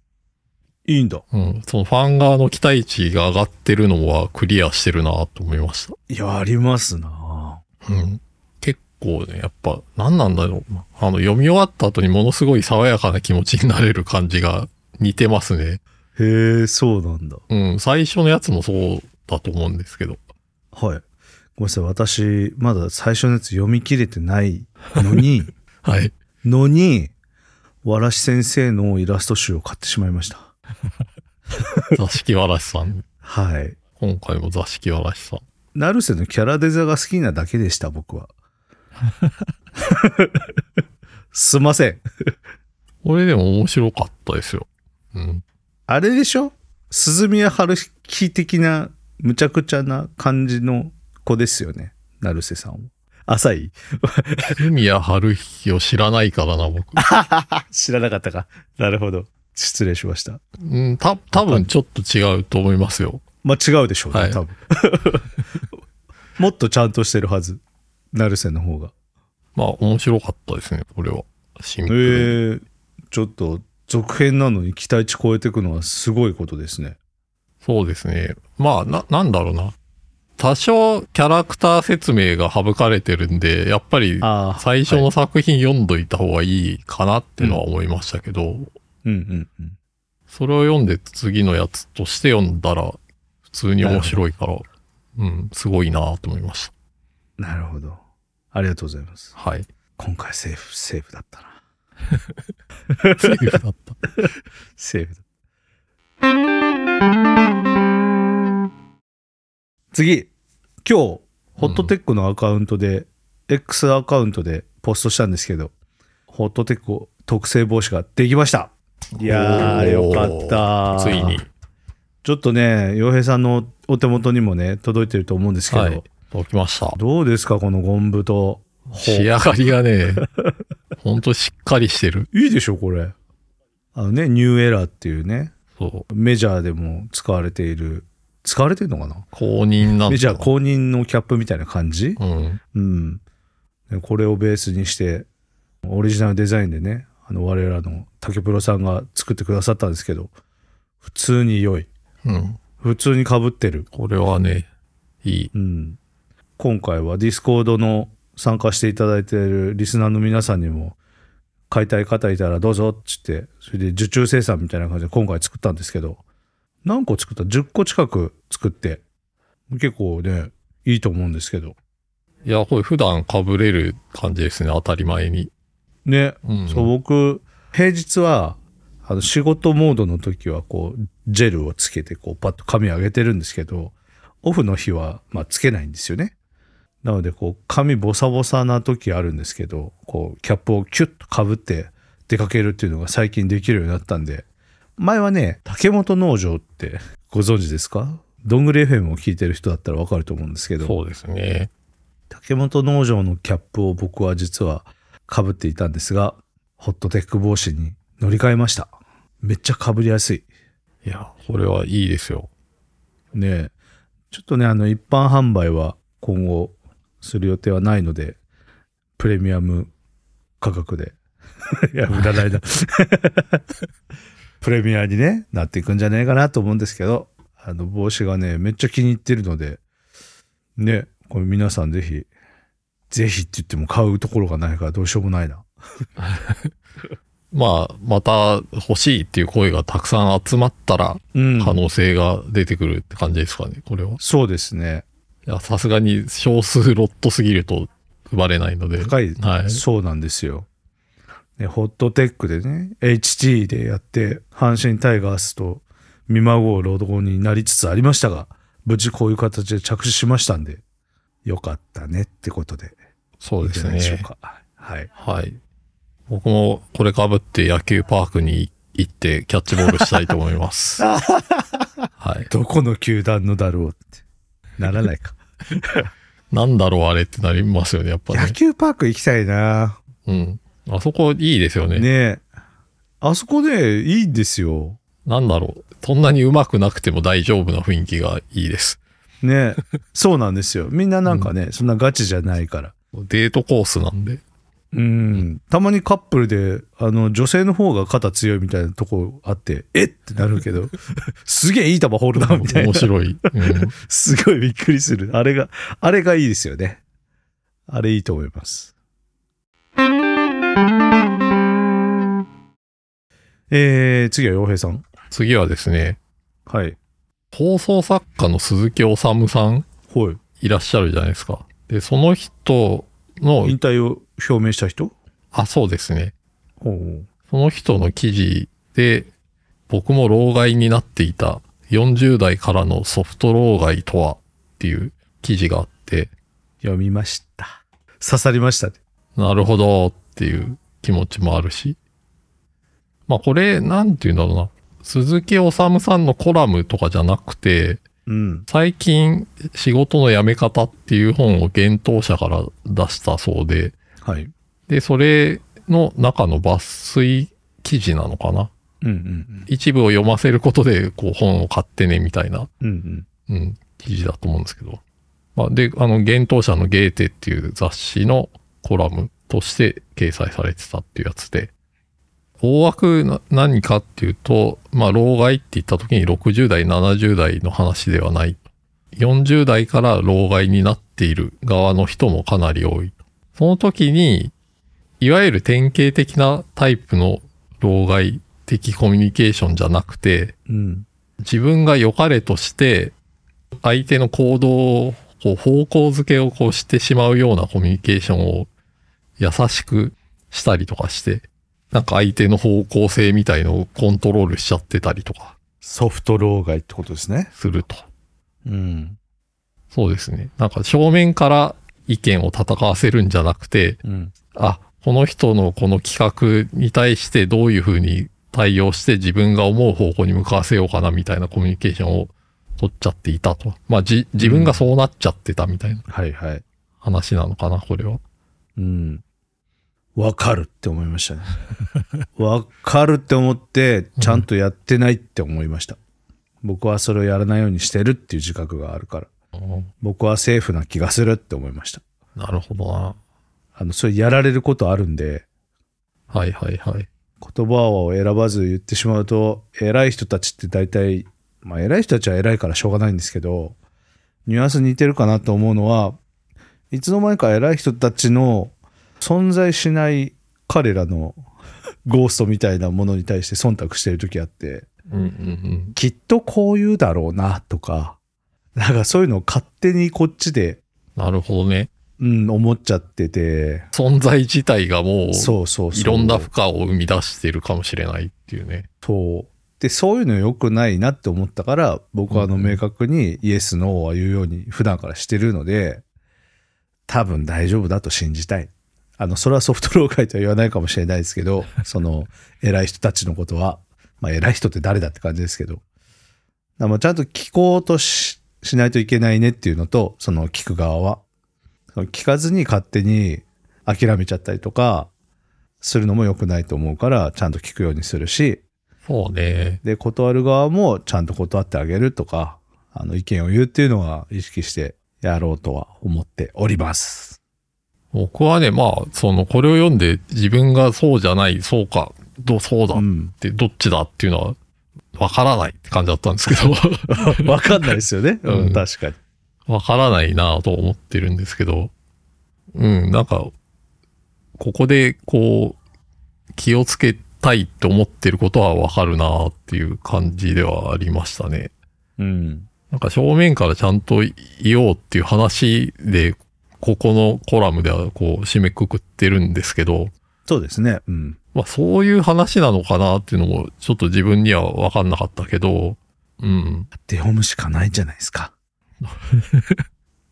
Speaker 2: いいんだ。
Speaker 1: うん。そのファン側の期待値が上がってるのはクリアしてるなと思いました。
Speaker 2: いや、ありますな
Speaker 1: うん。結構ね、やっぱ、何なんだろうな。あの、読み終わった後にものすごい爽やかな気持ちになれる感じが似てますね。
Speaker 2: へえ、そうなんだ。
Speaker 1: うん、最初のやつもそうだと思うんですけど。
Speaker 2: はい。ごめんなさい。私、まだ最初のやつ読み切れてないの (laughs) に、
Speaker 1: はい。
Speaker 2: のに、わらし先生のイラスト集を買ってしまいました。
Speaker 1: 座敷わらしさん。
Speaker 2: はい。
Speaker 1: 今回も座敷わらしさん。
Speaker 2: ナルセのキャラデザが好きなだけでした、僕 (laughs) は。すいません。
Speaker 1: これでも面白かったですよ。うん。
Speaker 2: あれでしょ鈴宮春日的な、むちゃくちゃな感じの子ですよね。ナルセさんは。浅い
Speaker 1: 海谷春日を知らないからな、僕。
Speaker 2: 知らなかったか。なるほど。失礼しました。
Speaker 1: うん、た、多分ちょっと違うと思いますよ。
Speaker 2: まあ違うでしょうね、
Speaker 1: はい
Speaker 2: 多分。 (laughs) もっとちゃんとしてるはず。成瀬の方が。
Speaker 1: まあ、面白かったですね、これは。シン
Speaker 2: え
Speaker 1: プルに。
Speaker 2: ー、ちょっと続編なのに期待値超えていくのはすごいことですね。
Speaker 1: そうですね。まあ、な、なんだろうな。多少キャラクター説明が省かれてるんで、やっぱり
Speaker 2: ああ。
Speaker 1: 最初の作品読んどいた方がいいかなっていうのは思いましたけど、
Speaker 2: うんうんうん。
Speaker 1: それを読んで次のやつとして読んだら、普通に面白いから、うん、すごいなと思いまし
Speaker 2: なるほど。ありがとうございます。
Speaker 1: た。はい。
Speaker 2: 今回セーフ、セーフだったな。
Speaker 1: セーフだった。
Speaker 2: セーフだ。次、今日、ホットテックのアカウントで、X アカウントでポストしたんですけど、ホットテック特製帽子ができました。いやー、よ
Speaker 1: お
Speaker 2: かっ
Speaker 1: (laughs)
Speaker 2: た。
Speaker 1: ついに。。
Speaker 2: ちょっとね、洋平さんのお手元にもね、届いてると思うんですけど、
Speaker 1: はい。届きました。
Speaker 2: どうですか、このゴンブと。
Speaker 1: 仕上がりがね、ほんとしっかりしてる。
Speaker 2: いいでしょ、これ。あのね、ニューエラーっていうね、
Speaker 1: そう。
Speaker 2: メジャーでも使われている使われてるのかな
Speaker 1: 公認なんだ。
Speaker 2: メジャー公認のキャップみたいな感じ
Speaker 1: うん。
Speaker 2: うんでこれをベースにしてオリジナルデザインでねあの我らの竹プロさんが作ってくださったんですけど普通に良い
Speaker 1: うん。
Speaker 2: 普通にかぶってる、
Speaker 1: これはね、いい。
Speaker 2: うん、今回はディスコードの参加していただいているリスナーの皆さんにも買いたい方いたらどうぞっつってそれで受注生産みたいな感じで今回作ったんですけど何個作った ?10 個近く作って結構ねいいと思うんですけど
Speaker 1: いや、これ普段被れる感じですね、当たり前に。
Speaker 2: ね、
Speaker 1: うん。
Speaker 2: そう僕平日はあの仕事モードの時はこうジェルをつけてこうパッと髪上げてるんですけどオフの日はまあつけないんですよねなのでこう髪ボサボサな時あるんですけどこうキャップをキュッとかぶって出かけるっていうのが最近できるようになったんで前はね竹本農場ってご存知ですかどんぐり FM を聞いてる人だったらわかると思うんですけど
Speaker 1: そうですね。
Speaker 2: 竹本農場のキャップを僕は実は被っていたんですが、ホットテック帽子に乗り換えました。めっちゃ被りやすい。
Speaker 1: いや、これはいいですよ。
Speaker 2: ねえちょっとね、あの、一般販売は今後する予定はないので、プレミアム価格で。 (laughs) いや、売らないな。 (laughs) プレミアにね、なっていくんじゃないかなと思うんですけど、あの、帽子がね、めっちゃ気に入ってるので、ね、これ皆さんぜひ、ぜひって言っても買うところがないからどうしようもないな。
Speaker 1: まあ、また欲しいっていう声がたくさん集まったら、
Speaker 2: うん
Speaker 1: 可能性が出てくるって感じですかね、これは。い
Speaker 2: そうですね。
Speaker 1: や、さすがに少数ロットすぎると配れないので。
Speaker 2: 高い
Speaker 1: はい。
Speaker 2: そうなんですよ。ね、ホットテックでね、HT でやって、阪神タイガースと見まごうロードになりつつありましたが、無事こういう形で着手しましたんで、よかったねってことで、
Speaker 1: そう
Speaker 2: い
Speaker 1: で
Speaker 2: いんじ
Speaker 1: す
Speaker 2: ゃないでしょ
Speaker 1: ね
Speaker 2: う。か。はい。
Speaker 1: はい。僕もこれ被って野球パークに行ってキャッチボールしたいと思います。 (laughs) はい。
Speaker 2: どこの球団のだろうって、ならないか。
Speaker 1: なんだろうあれってなりますよね、やっぱ
Speaker 2: 野
Speaker 1: ね。
Speaker 2: 球パーク行きたいな
Speaker 1: うん。あそこいいですよね。
Speaker 2: ねあそこね、いいんですよ。
Speaker 1: なんだろう。そんなに上手くなくても大丈夫な雰囲気がいいです。
Speaker 2: ねそうなんですよ。みんななんかね、そんなガチじゃないから。
Speaker 1: デートコースなんで。
Speaker 2: うん、たまにカップルであの女性の方が肩強いみたいなとこあってえってなるけど (laughs) すげえいい球放 (laughs) るなみたい
Speaker 1: 面
Speaker 2: な
Speaker 1: 白 (laughs) い。うん
Speaker 2: すごいびっくりするあれがあれがいいですよねあれいいと思いますえー、次は洋平さん
Speaker 1: 次はですね、
Speaker 2: はい
Speaker 1: 放送作家の鈴木治さん
Speaker 2: はい
Speaker 1: いらっしゃるじゃないですか。で、その人の、
Speaker 2: 引退を表明した人
Speaker 1: あ、そうですね。
Speaker 2: ほう
Speaker 1: その人の記事で、僕も老害になっていた40代からのソフト老害とはっていう記事があって、
Speaker 2: 読みました刺さりましたね
Speaker 1: なるほどっていう気持ちもあるし。まあこれ、なんて言うんだろうな。鈴木治さんのコラムとかじゃなくて、
Speaker 2: うん
Speaker 1: 最近仕事の辞め方っていう本を幻冬者から出したそうで、
Speaker 2: はい
Speaker 1: で、それの中の抜粋記事なのかな。
Speaker 2: うんうん
Speaker 1: 一部を読ませることで、こう本を買ってね、みたいな、
Speaker 2: うんうん
Speaker 1: うん、記事だと思うんですけど。まあ、で、あの、幻冬者のゲーテっていう雑誌のコラムとして掲載されてたっていうやつで、大枠な何かっていうと、まあ、老害って言った時に60代、70代の話ではない。40代から老害になっている側の人もかなり多い。その時に、いわゆる典型的なタイプの老害的コミュニケーションじゃなくて、
Speaker 2: うん
Speaker 1: 自分が良かれとして、相手の行動を、こう方向づけをこうしてしまうようなコミュニケーションを優しくしたりとかして、なんか相手の方向性みたいのをコントロールしちゃってたりとか
Speaker 2: ソフト老害ってことですね。
Speaker 1: すると。
Speaker 2: うん。
Speaker 1: そうですね。なんか正面から意見を戦わせるんじゃなくて、
Speaker 2: うん。
Speaker 1: あ、この人のこの企画に対してどういうふうに対応して自分が思う方向に向かわせようかなみたいなコミュニケーションを取っちゃっていたと。まあ、じ、自分がそうなっちゃってたみたいな
Speaker 2: はいはい。
Speaker 1: 話なのかな、これは。
Speaker 2: うん。わかるって思いましたね。 (laughs) わかるって思って、ちゃんとやってないって思いました。僕はそれをやらないようにしてるっていう自覚があるから。
Speaker 1: うん
Speaker 2: 僕はセーフな気がするって思いました。
Speaker 1: なるほどな。
Speaker 2: あの、それやられることあるんで、
Speaker 1: はいはいはい。
Speaker 2: 言葉を選ばず言ってしまうと、偉い人たちって大体、まあ偉い人たちは偉いからしょうがないんですけど、ニュアンス似てるかなと思うのは、いつの間にか偉い人たちの存在しない彼らの (laughs) ゴーストみたいなものに対して忖度してる時あって、
Speaker 1: うんうんうん。
Speaker 2: きっとこう言うだろうなとか、なんかそういうのを勝手にこっちで、
Speaker 1: なるほどね。
Speaker 2: うん、思っちゃってて、
Speaker 1: 存在自体がもう、
Speaker 2: そうそうそう。
Speaker 1: いろんな負荷を生み出してるかもしれないっていうね。
Speaker 2: そうでそういうの良くないなって思ったから僕はあの明確にイエス・ノーは言うように普段からしてるので多分大丈夫だと信じたいあのそれはソフト老害とは言わないかもしれないですけどその偉い人たちのことは、まあ、偉い人って誰だって感じですけどだからまあちゃんと聞こうとししないといけないねっていうのとその聞く側はその聞かずに勝手に諦めちゃったりとかするのも良くないと思うからちゃんと聞くようにするし
Speaker 1: そうね。
Speaker 2: で、断る側もちゃんと断ってあげるとか、あの、意見を言うっていうのは意識してやろうとは思っております。
Speaker 1: 僕はね、まあ、その、これを読んで自分がそうじゃない、そうか、どう、そうだ
Speaker 2: うん
Speaker 1: っ。てどっちだっていうのはわからないって感じだったんですけど、 (laughs)
Speaker 2: わかんない (laughs) ですよね。うん、
Speaker 1: うん
Speaker 2: 確かに。
Speaker 1: わからないなぁと思ってるんですけど、うん、なんか、ここでこう、気をつけたいって思ってることはわかるなぁっていう感じではありましたね。
Speaker 2: うん。
Speaker 1: なんか正面からちゃんと言おうっていう話で、ここのコラムではこう締めくくってるんですけど、
Speaker 2: そうですね。うん。
Speaker 1: まあそういう話なのかなっていうのもちょっと自分にはわかんなかったけど、うん、
Speaker 2: 手読むしかないんじゃないですか。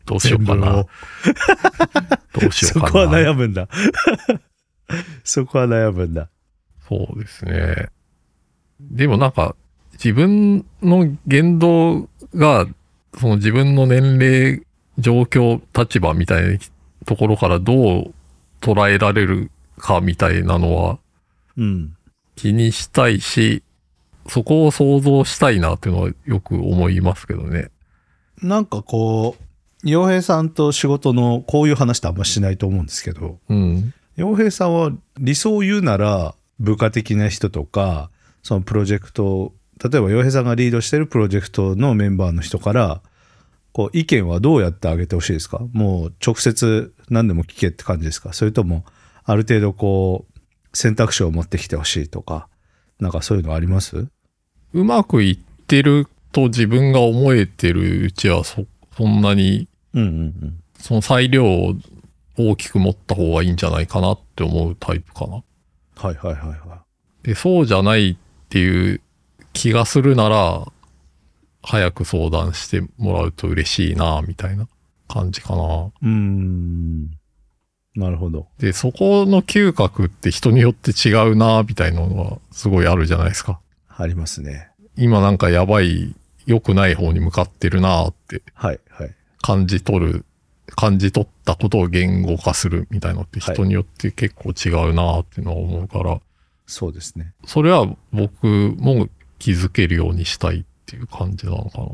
Speaker 1: どうしようか
Speaker 2: 全文
Speaker 1: な
Speaker 2: を。
Speaker 1: (laughs) どうしよ
Speaker 2: そう
Speaker 1: かな。
Speaker 2: こは悩むんだ。 (laughs) そこは悩むんだ。
Speaker 1: そうですね。でもなんか、自分の言動が、その自分の年齢、状況、立場みたいなところからどう捉えられるかみたいなのは
Speaker 2: うん。
Speaker 1: 気にしたいし、そこを想像したいなっていうのはよく思いますけどね。
Speaker 2: なんかこう、洋平さんと仕事のこういう話ってあんましないと思うんですけど、
Speaker 1: うん。
Speaker 2: 洋平さんは理想を言うなら部下的な人とかそのプロジェクトを例えば洋平さんがリードしてるプロジェクトのメンバーの人からこう意見はどうやってあげてほしいですかもう直接何でも聞けって感じですかそれともある程度こう選択肢を持ってきてほしいとかなんかそういうのあります
Speaker 1: うまくいってると自分が思えてるうちはそ、そんなに
Speaker 2: うんうん
Speaker 1: その裁量を大きく持った方がいいんじゃないかなって思うタイプかな。
Speaker 2: うんはいはいはいは
Speaker 1: で、そうじゃないっていう気がするなら、早く相談してもらうと嬉しいな、みたいな感じかな。
Speaker 2: いうーんなるほど
Speaker 1: で、そこの嗅覚って人によって違うな、みたいなのはすごいあるじゃないですか。
Speaker 2: ありますね
Speaker 1: 今なんかやばい、良くない方に向かってるなって
Speaker 2: はいはい
Speaker 1: 感じ取る、感じ取ったことを言語化するみたいなのって人によって結構違うなっていうのは思うから、
Speaker 2: そうですね
Speaker 1: それは僕も気づけるようにしたいっていう感じなのかな。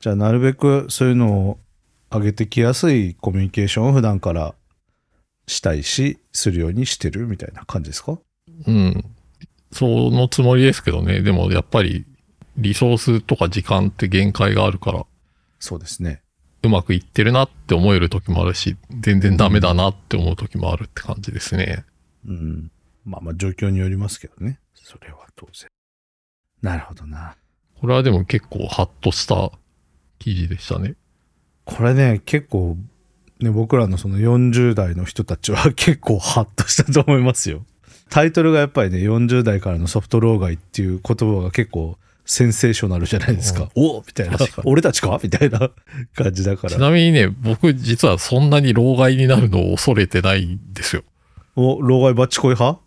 Speaker 2: じゃあなるべくそういうのを上げてきやすいコミュニケーションを普段からしたいしするようにしてるみたいな感じですか
Speaker 1: うん。そのつもりですけどね。でもやっぱりリソースとか時間って限界があるから、
Speaker 2: そうですね
Speaker 1: うまくいってるなって思える時もあるし、全然ダメだなって思う時もあるって感じですね。
Speaker 2: うんまあまあ状況によりますけどねそれは当然なるほどな
Speaker 1: これはでも結構ハッとした記事でしたね。
Speaker 2: これね結構ね僕らのその40代の人たちは結構ハッとしたと思いますよタイトルがやっぱりね40代からのソフト老害っていう言葉が結構センセーショナルじゃないですか、おみたいな
Speaker 1: 確かに
Speaker 2: 俺たちか (laughs) みたいな感じだか
Speaker 1: ち
Speaker 2: ら
Speaker 1: なみにね、僕実はそんなに老害になるのを恐れてないんですよ。
Speaker 2: お老害バッチコイ派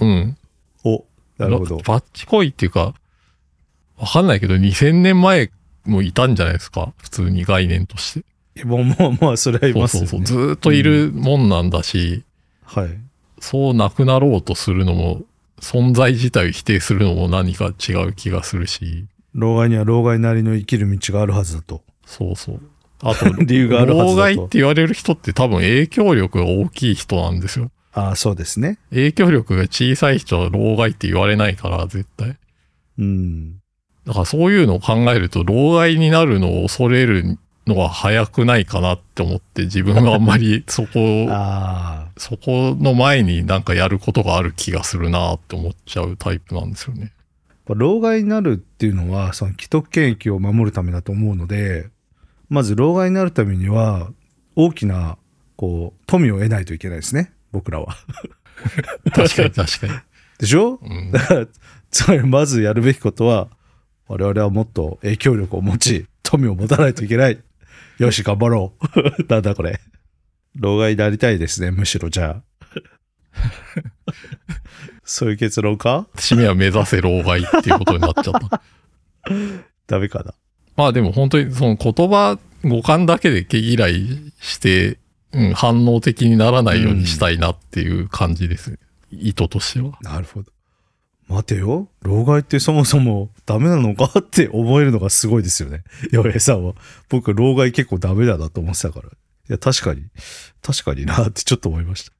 Speaker 1: うん。
Speaker 2: おなるほど
Speaker 1: らバッチコイっていうか、わかんないけど2000年前もいたんじゃないですか。普通に概念として。
Speaker 2: もうまあまあそれはい
Speaker 1: そう
Speaker 2: ますよ、
Speaker 1: そう
Speaker 2: ね、
Speaker 1: そう。ずーっといるもんなんだし、
Speaker 2: はい
Speaker 1: そうなくなろうとするのも、存在自体を否定するのも何か違う気がするし、
Speaker 2: 老害には老害なりの生きる道があるはず
Speaker 1: (laughs)
Speaker 2: だと
Speaker 1: そうそう。あと、
Speaker 2: 理 (laughs) 由があるはずだ
Speaker 1: 老
Speaker 2: と
Speaker 1: 害って言われる人って多分影響力が大きい人なんですよ。
Speaker 2: ああそうですね
Speaker 1: 影響力が小さい人は老害って言われないから、絶対。
Speaker 2: うん
Speaker 1: だからそういうのを考えると、老害になるのを恐れるのは早くないかなって思って、自分 (laughs) はあんまりそこを、
Speaker 2: ああ
Speaker 1: そこの前になんかやることがある気がするなって思っちゃうタイプなんですよね。
Speaker 2: 老害になるっていうのはその既得権益を守るためだと思うのでまず老害になるためには大きなこう富を得ないといけないですね僕らは。
Speaker 1: 確かに確かに。
Speaker 2: でしょ (laughs)
Speaker 1: うん
Speaker 2: だからつまりまずやるべきことは我々はもっと影響力を持ち富を持たないといけないよし頑張ろう (laughs) なんだこれ老害になりたいですねむしろじゃあ (laughs) そういう結論か
Speaker 1: 締めは目指せ老害っていうことになっちゃ (laughs) った。
Speaker 2: ダメかな
Speaker 1: まあでも本当にその言葉、語感だけで毛嫌いして、うん、反応的にならないようにしたいなっていう感じですね。意図としては。
Speaker 2: なるほど待てよ老害ってそもそもダメなのかって思えるのがすごいですよね (laughs) 洋平さんは僕老害結構ダメだなと思ってたからいや確かに確かになってちょっと思いました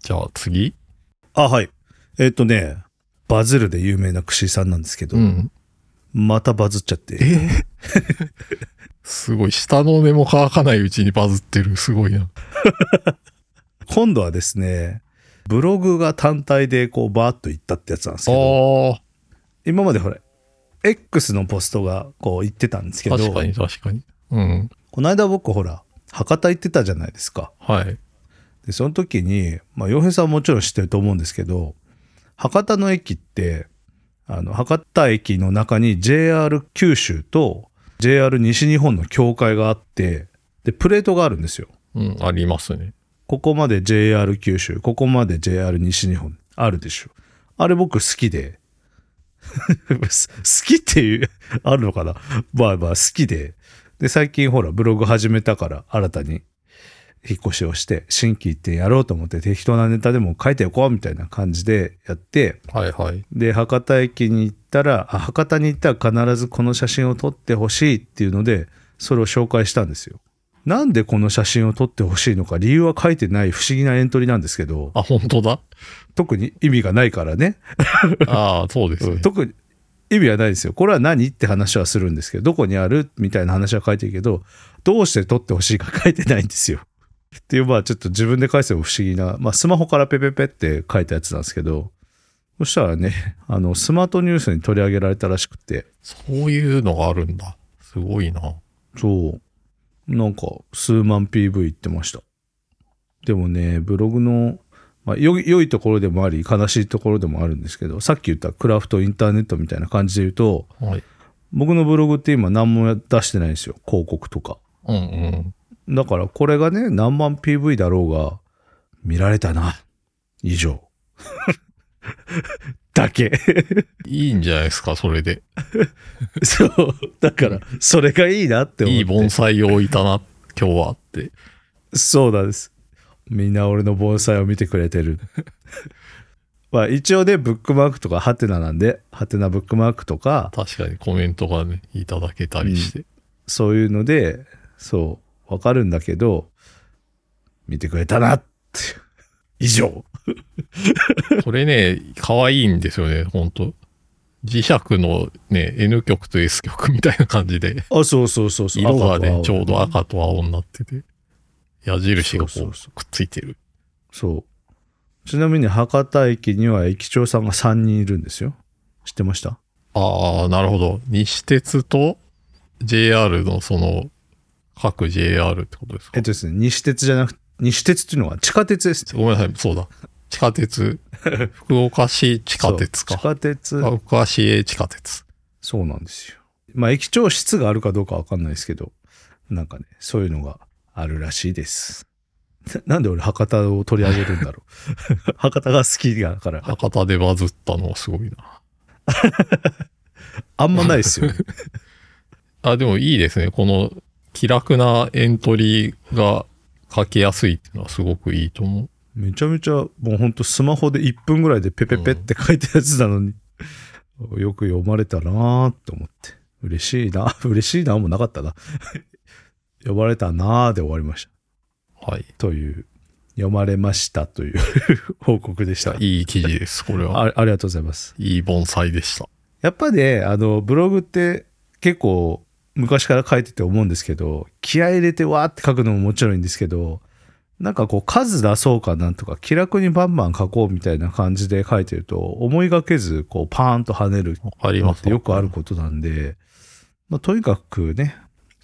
Speaker 1: じゃあ次
Speaker 2: あ、はい。えっ、とね、バズるで有名な串井さんなんですけど、
Speaker 1: うん。
Speaker 2: またバズっちゃって。
Speaker 1: えすごい。下の根も乾かないうちにバズってる。すごいな。
Speaker 2: (laughs) 今度はですね、ブログが単体でこうバーッといったってやつなんです
Speaker 1: あ
Speaker 2: けど、
Speaker 1: ー
Speaker 2: 今までほら、X のポストがこう言ってたんですけど、
Speaker 1: 確かに確かに。うん。
Speaker 2: この間僕ほら、博多行ってたじゃないですか。
Speaker 1: はい。
Speaker 2: で、その時に、まあ、洋平さんはもちろん知ってると思うんですけど、博多の駅って、あの、博多駅の中に JR 九州と JR 西日本の境界があって、で、プレートがあるんですよ。
Speaker 1: うん、ありますね。
Speaker 2: ここまで JR 九州、ここまで JR 西日本、あるでしょ。あれ僕好きで、 (laughs) す好きっていう、あるのかなまあまあ好きで。で、最近ほら、ブログ始めたから、新たに引っ越しをして、新規行ってやろうと思って、適当なネタでも書いておこうみたいな感じでやって、
Speaker 1: はいはい。
Speaker 2: で、博多駅に行ったら、あ博多に行ったら必ずこの写真を撮ってほしいっていうので、それを紹介したんですよ。なんでこの写真を撮ってほしいのか、理由は書いてない不思議なエントリーなんですけど、
Speaker 1: あ、本当だ。
Speaker 2: 特に意味がないからね。
Speaker 1: (laughs) ああ、そうですね。
Speaker 2: 特に意味はないですよ。これは何って話はするんですけど、どこにあるみたいな話は書いてるけど、どうして撮ってほしいか書いてないんですよ。 (laughs) っていう、まあちょっと自分で返せば不思議な、まあスマホからペペペって書いたやつなんですけど、そしたらね、あの、スマートニュースに取り上げられたらしくて、
Speaker 1: そういうのがあるんだ。すごいな。
Speaker 2: そう。なんか、数万 PV いってました。でもね、ブログの、まあ、よ良いところでもあり、悲しいところでもあるんですけど、さっき言ったクラフトインターネットみたいな感じで言うと、
Speaker 1: はい。
Speaker 2: 僕のブログって今何も出してないんですよ。広告とか。
Speaker 1: うんうん。
Speaker 2: だからこれがね、何万 PV だろうが、見られたな。以上。 (laughs) だけ。 (laughs)
Speaker 1: いいんじゃないですか、それで。
Speaker 2: そう。だから、それがいいなって思って。
Speaker 1: いい盆栽を置いたな、今日はって。
Speaker 2: そうなんです。みんな俺の盆栽を見てくれてる。 (laughs) まあ一応ね、ブックマークとかハテナなんで、ハテナブックマークとか、
Speaker 1: 確かにコメントがね、いただけたりして。
Speaker 2: そういうので、そう、わかるんだけど、見てくれたなっていう。以上。
Speaker 1: これね、可愛いんですよね、ほんと。磁石のね、N 極と S 極みたいな感じで、
Speaker 2: あ、そうそうそうそう。
Speaker 1: 色が
Speaker 2: 赤と青
Speaker 1: ね、ちょうど赤と青になってて、矢印がこ
Speaker 2: そ
Speaker 1: う
Speaker 2: うそうそ
Speaker 1: くっついてる。
Speaker 2: そう。ちなみに博多駅には駅長さんが3人いるんですよ。知ってました
Speaker 1: ああ、なるほど。西鉄と JR のその各 JR ってことですか
Speaker 2: えっとですね、西鉄じゃなく、西鉄っていうのは地下鉄です。
Speaker 1: ごめんなさい、そうだ。地下
Speaker 2: (laughs)
Speaker 1: 鉄。福岡市地下鉄か。
Speaker 2: そう地下鉄。
Speaker 1: 福岡市営地下鉄。
Speaker 2: そうなんですよ。まあ、駅長室があるかどうかわかんないですけど、なんかね、そういうのがあるらしいです。ななんで俺博多を取り上げるんだろう。 (laughs) 博多が好きだから、
Speaker 1: 博多でバズったのはすごいな。
Speaker 2: あんまないですよね。
Speaker 1: あ、でもいいですね。この気楽なエントリーが書きやすいっていうのはすごくいいと思う。
Speaker 2: めちゃめちゃ、もうほんとスマホで1分ぐらいでペペペって書いたやつなのに、 (laughs) よく読まれたなーって思って。嬉しいな、 (laughs) 嬉しいなもなかったな。 (laughs) 呼ばれたなーで終わりました。
Speaker 1: はい。
Speaker 2: という、読まれましたという (laughs) 報告でした。
Speaker 1: いい記事です、これは。
Speaker 2: あありがとうございます。
Speaker 1: いい盆栽でした。
Speaker 2: やっぱね、あの、ブログって結構昔から書いてて思うんですけど、気合い入れてわーって書くのももちろんいいんですけど、なんかこう数出そうかなんとか気楽にバンバン書こうみたいな感じで書いてると思いがけずこうパーンと跳ねる
Speaker 1: わかり
Speaker 2: 今
Speaker 1: ま
Speaker 2: っ
Speaker 1: す。
Speaker 2: てよくあることなんで、まあ、とにかくね、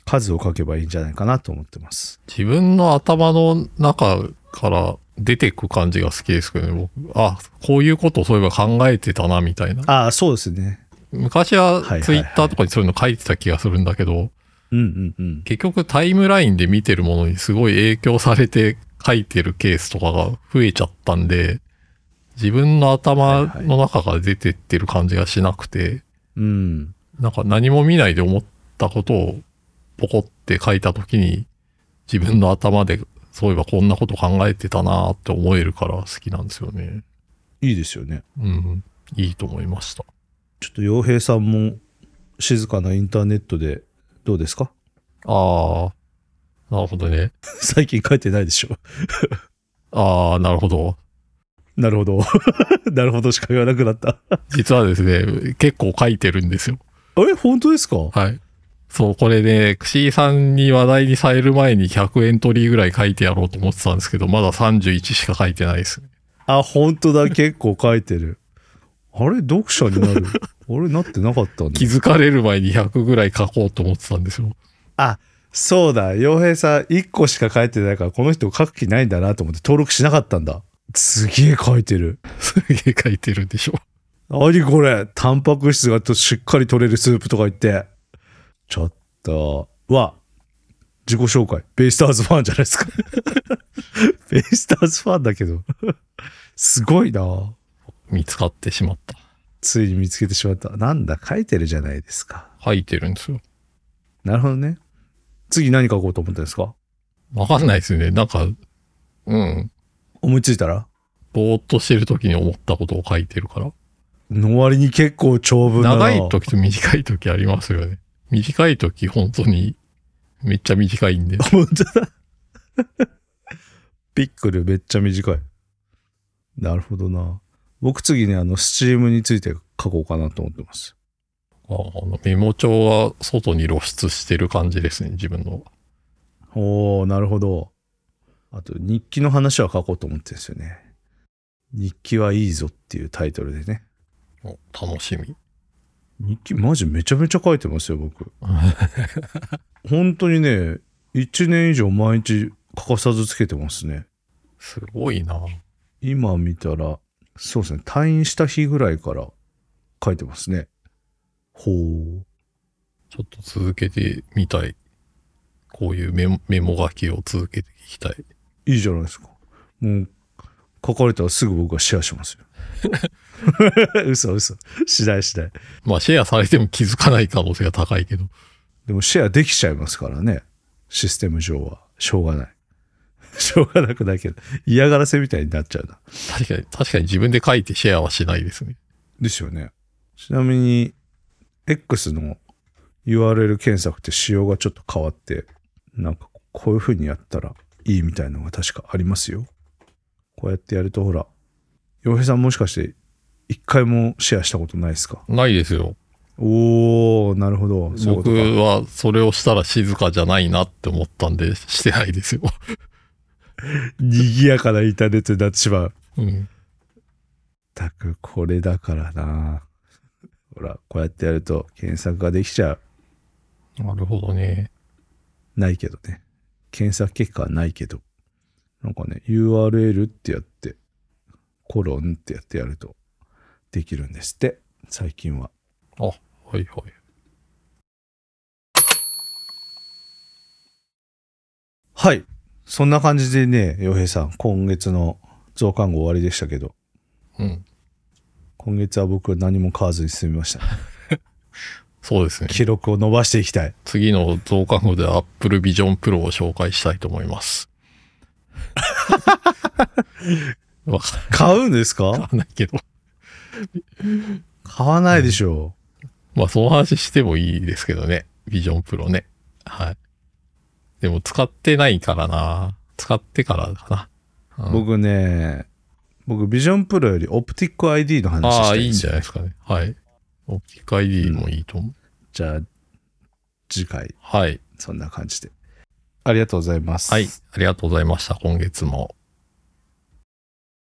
Speaker 2: 数を書けばいいんじゃないかなと思ってます。
Speaker 1: 自分の頭の中から出てく感じが好きですけどね、僕。あ、こういうことをそういえば考えてたな、みたいな。
Speaker 2: ああ、そうですね。
Speaker 1: 昔
Speaker 2: いはいは
Speaker 1: はいツイッターとかにそういうの書いてた気がするんだけど、
Speaker 2: うんうんうん。
Speaker 1: 結局タイムラインで見てるものにすごい影響されて書いてるケースとかが増えちゃったんで、自分の頭の中から出てってる感じがしなくて、
Speaker 2: うん。
Speaker 1: なんか何も見ないで思ったことをポコって書いた時に、自分の頭でそういえばこんなこと考えてたなーって思えるから好きなんですよね。
Speaker 2: いいですよね。
Speaker 1: うん。いいと思いました。
Speaker 2: ちょっと洋平さんも静かなインターネットでどうですか
Speaker 1: あー、なるほどね。
Speaker 2: 最近書いてないでしょ。
Speaker 1: あー、なるほど。
Speaker 2: なるほど。 (laughs) なるほどしか言わなくなった。
Speaker 1: 実はですね、結構書いてるんですよ。
Speaker 2: あれ本当ですか
Speaker 1: はい。そう、これね、クシーさんに話題にされる前に100エントリーぐらい書いてやろうと思ってたんですけど、まだ31しか書いてないですね。
Speaker 2: あ、本当だ。結構書いてる。あれ読者になる。あれなってなかったんだ
Speaker 1: 気。づかれる前に100ぐらい書こうと思ってたんですよ。
Speaker 2: あ、そうだ。洋平さん1個しか書いてないから、この人書く気ないんだなと思って登録しなかったんだ。すげえ書いてる。
Speaker 1: すげえ書いてるでしょ。
Speaker 2: 何これタンパク質がとしっかり取れるスープとか言って。ちょっと、は、自己紹介。ベイスターズファンじゃないですか。 (laughs) ベイスターズファンだけど。すごいな
Speaker 1: 見つかってしまった。
Speaker 2: ついに見つけてしまった。なんだ、書いてるじゃないですか。
Speaker 1: 書いてるんですよ。
Speaker 2: なるほどね。次何書こうと思ったんですか
Speaker 1: わかんないですね。なんか、うん。
Speaker 2: 思いついたら
Speaker 1: ぼーっとしてる時に思ったことを書いてるから。
Speaker 2: の割に結構長文だな
Speaker 1: 長い時と短い時ありますよね。短い時本当にめっちゃ短いん (laughs) で。
Speaker 2: 本当だ。ピックルめっちゃ短い。なるほどな。僕次ね、あの、スチームについて書こうかなと思ってます。
Speaker 1: あのメモ帳は外に露出してる感じですね、自分の。
Speaker 2: おー、なるほど。あと、日記の話は書こうと思ってるんですよね。日記はいいぞっていうタイトルでね。
Speaker 1: お楽しみ。
Speaker 2: 日記マジめちゃめちゃ書いてますよ、僕。本当にね、1年以上毎日欠かさずつけてますね。
Speaker 1: すごいな。
Speaker 2: 今見たら、そうですね、退院した日ぐらいから書いてますね。ほう。
Speaker 1: ちょっと続けてみたい。こういうメモメモ書きを続けていきたい。
Speaker 2: いいじゃないですか。もう、書かれたらすぐ僕はシェアしますよ。嘘嘘。しないしない。
Speaker 1: まあシェアされても気づかない可能性が高いけど。
Speaker 2: でもシェアできちゃいますからね。システム上は。しょうがない。 (laughs) しょうがなくないけど、嫌がらせみたいになっちゃうな。
Speaker 1: 確かに、確かに自分で書いてシェアはしないですね。
Speaker 2: ですよね。ちなみに、X の URL 検索って仕様がちょっと変わって、なんかこういう風にやったらいいみたいなのが確かありますよ。こうやってやるとほら、洋平さんもしかして一回もシェアしたことないですか
Speaker 1: ないですよ。
Speaker 2: おー、なるほど。そういうこ
Speaker 1: 僕
Speaker 2: とか
Speaker 1: はそれをしたら静かじゃないなって思ったんで、してないですよ。 (laughs)
Speaker 2: 賑やかなインターネットになってしまう。
Speaker 1: うん。
Speaker 2: まったくこれだからな。ほら、こうやってやると検索ができちゃう。
Speaker 1: なるほどね。
Speaker 2: ないけどね。検索結果はないけど。なんかね、URL ってやって、コロンってやってやるとできるんですって、最近は。
Speaker 1: あ、はいはい。
Speaker 2: はい。そんな感じでね、洋平さん、今月の増刊号終わりでしたけど、
Speaker 1: うん。
Speaker 2: 今月は僕は何も買わずに済みました。
Speaker 1: そうですね。
Speaker 2: 記録を伸ばしていきたい。
Speaker 1: 次の増刊号で Apple Vision Pro を紹介したいと思い
Speaker 2: (laughs)
Speaker 1: ます。わか
Speaker 2: 買うんですから
Speaker 1: ないけど。
Speaker 2: 買わないでしょ
Speaker 1: まあ、その話してもいいですけどね。Vision Pro ね。はい。でも使ってないからな。使ってからかな。
Speaker 2: う。
Speaker 1: うん
Speaker 2: 僕ね、僕、ビジョンプロよりオプティック ID の話し
Speaker 1: ああ、
Speaker 2: た
Speaker 1: い
Speaker 2: い
Speaker 1: い
Speaker 2: ん
Speaker 1: ん
Speaker 2: です
Speaker 1: じ
Speaker 2: よ
Speaker 1: ゃないですかね。はい。置き換え D もいいと思う。
Speaker 2: じゃあ、次回、
Speaker 1: はい。
Speaker 2: そんな感じで。ありがとうございます。
Speaker 1: はい。ありがとうございました。今月も。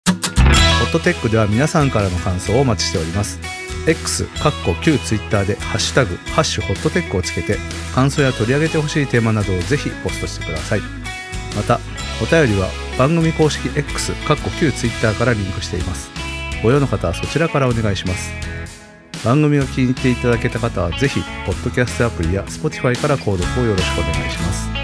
Speaker 2: ホットテックでは皆さんからの感想をお待ちしております。X、カッコ旧 Twitter で、ハッシュタグ、ハッシュホットテックをつけて、感想や取り上げてほしいテーマなどをぜひポストしてください。また、お便りは番組公式 X、カッコ旧 Twitter からリンクしています。ご用の方はそちらからお願いします。番組を気に入っていただけた方は、ぜひ、ポッドキャストアプリや Spotify から購読をよろしくお願いします。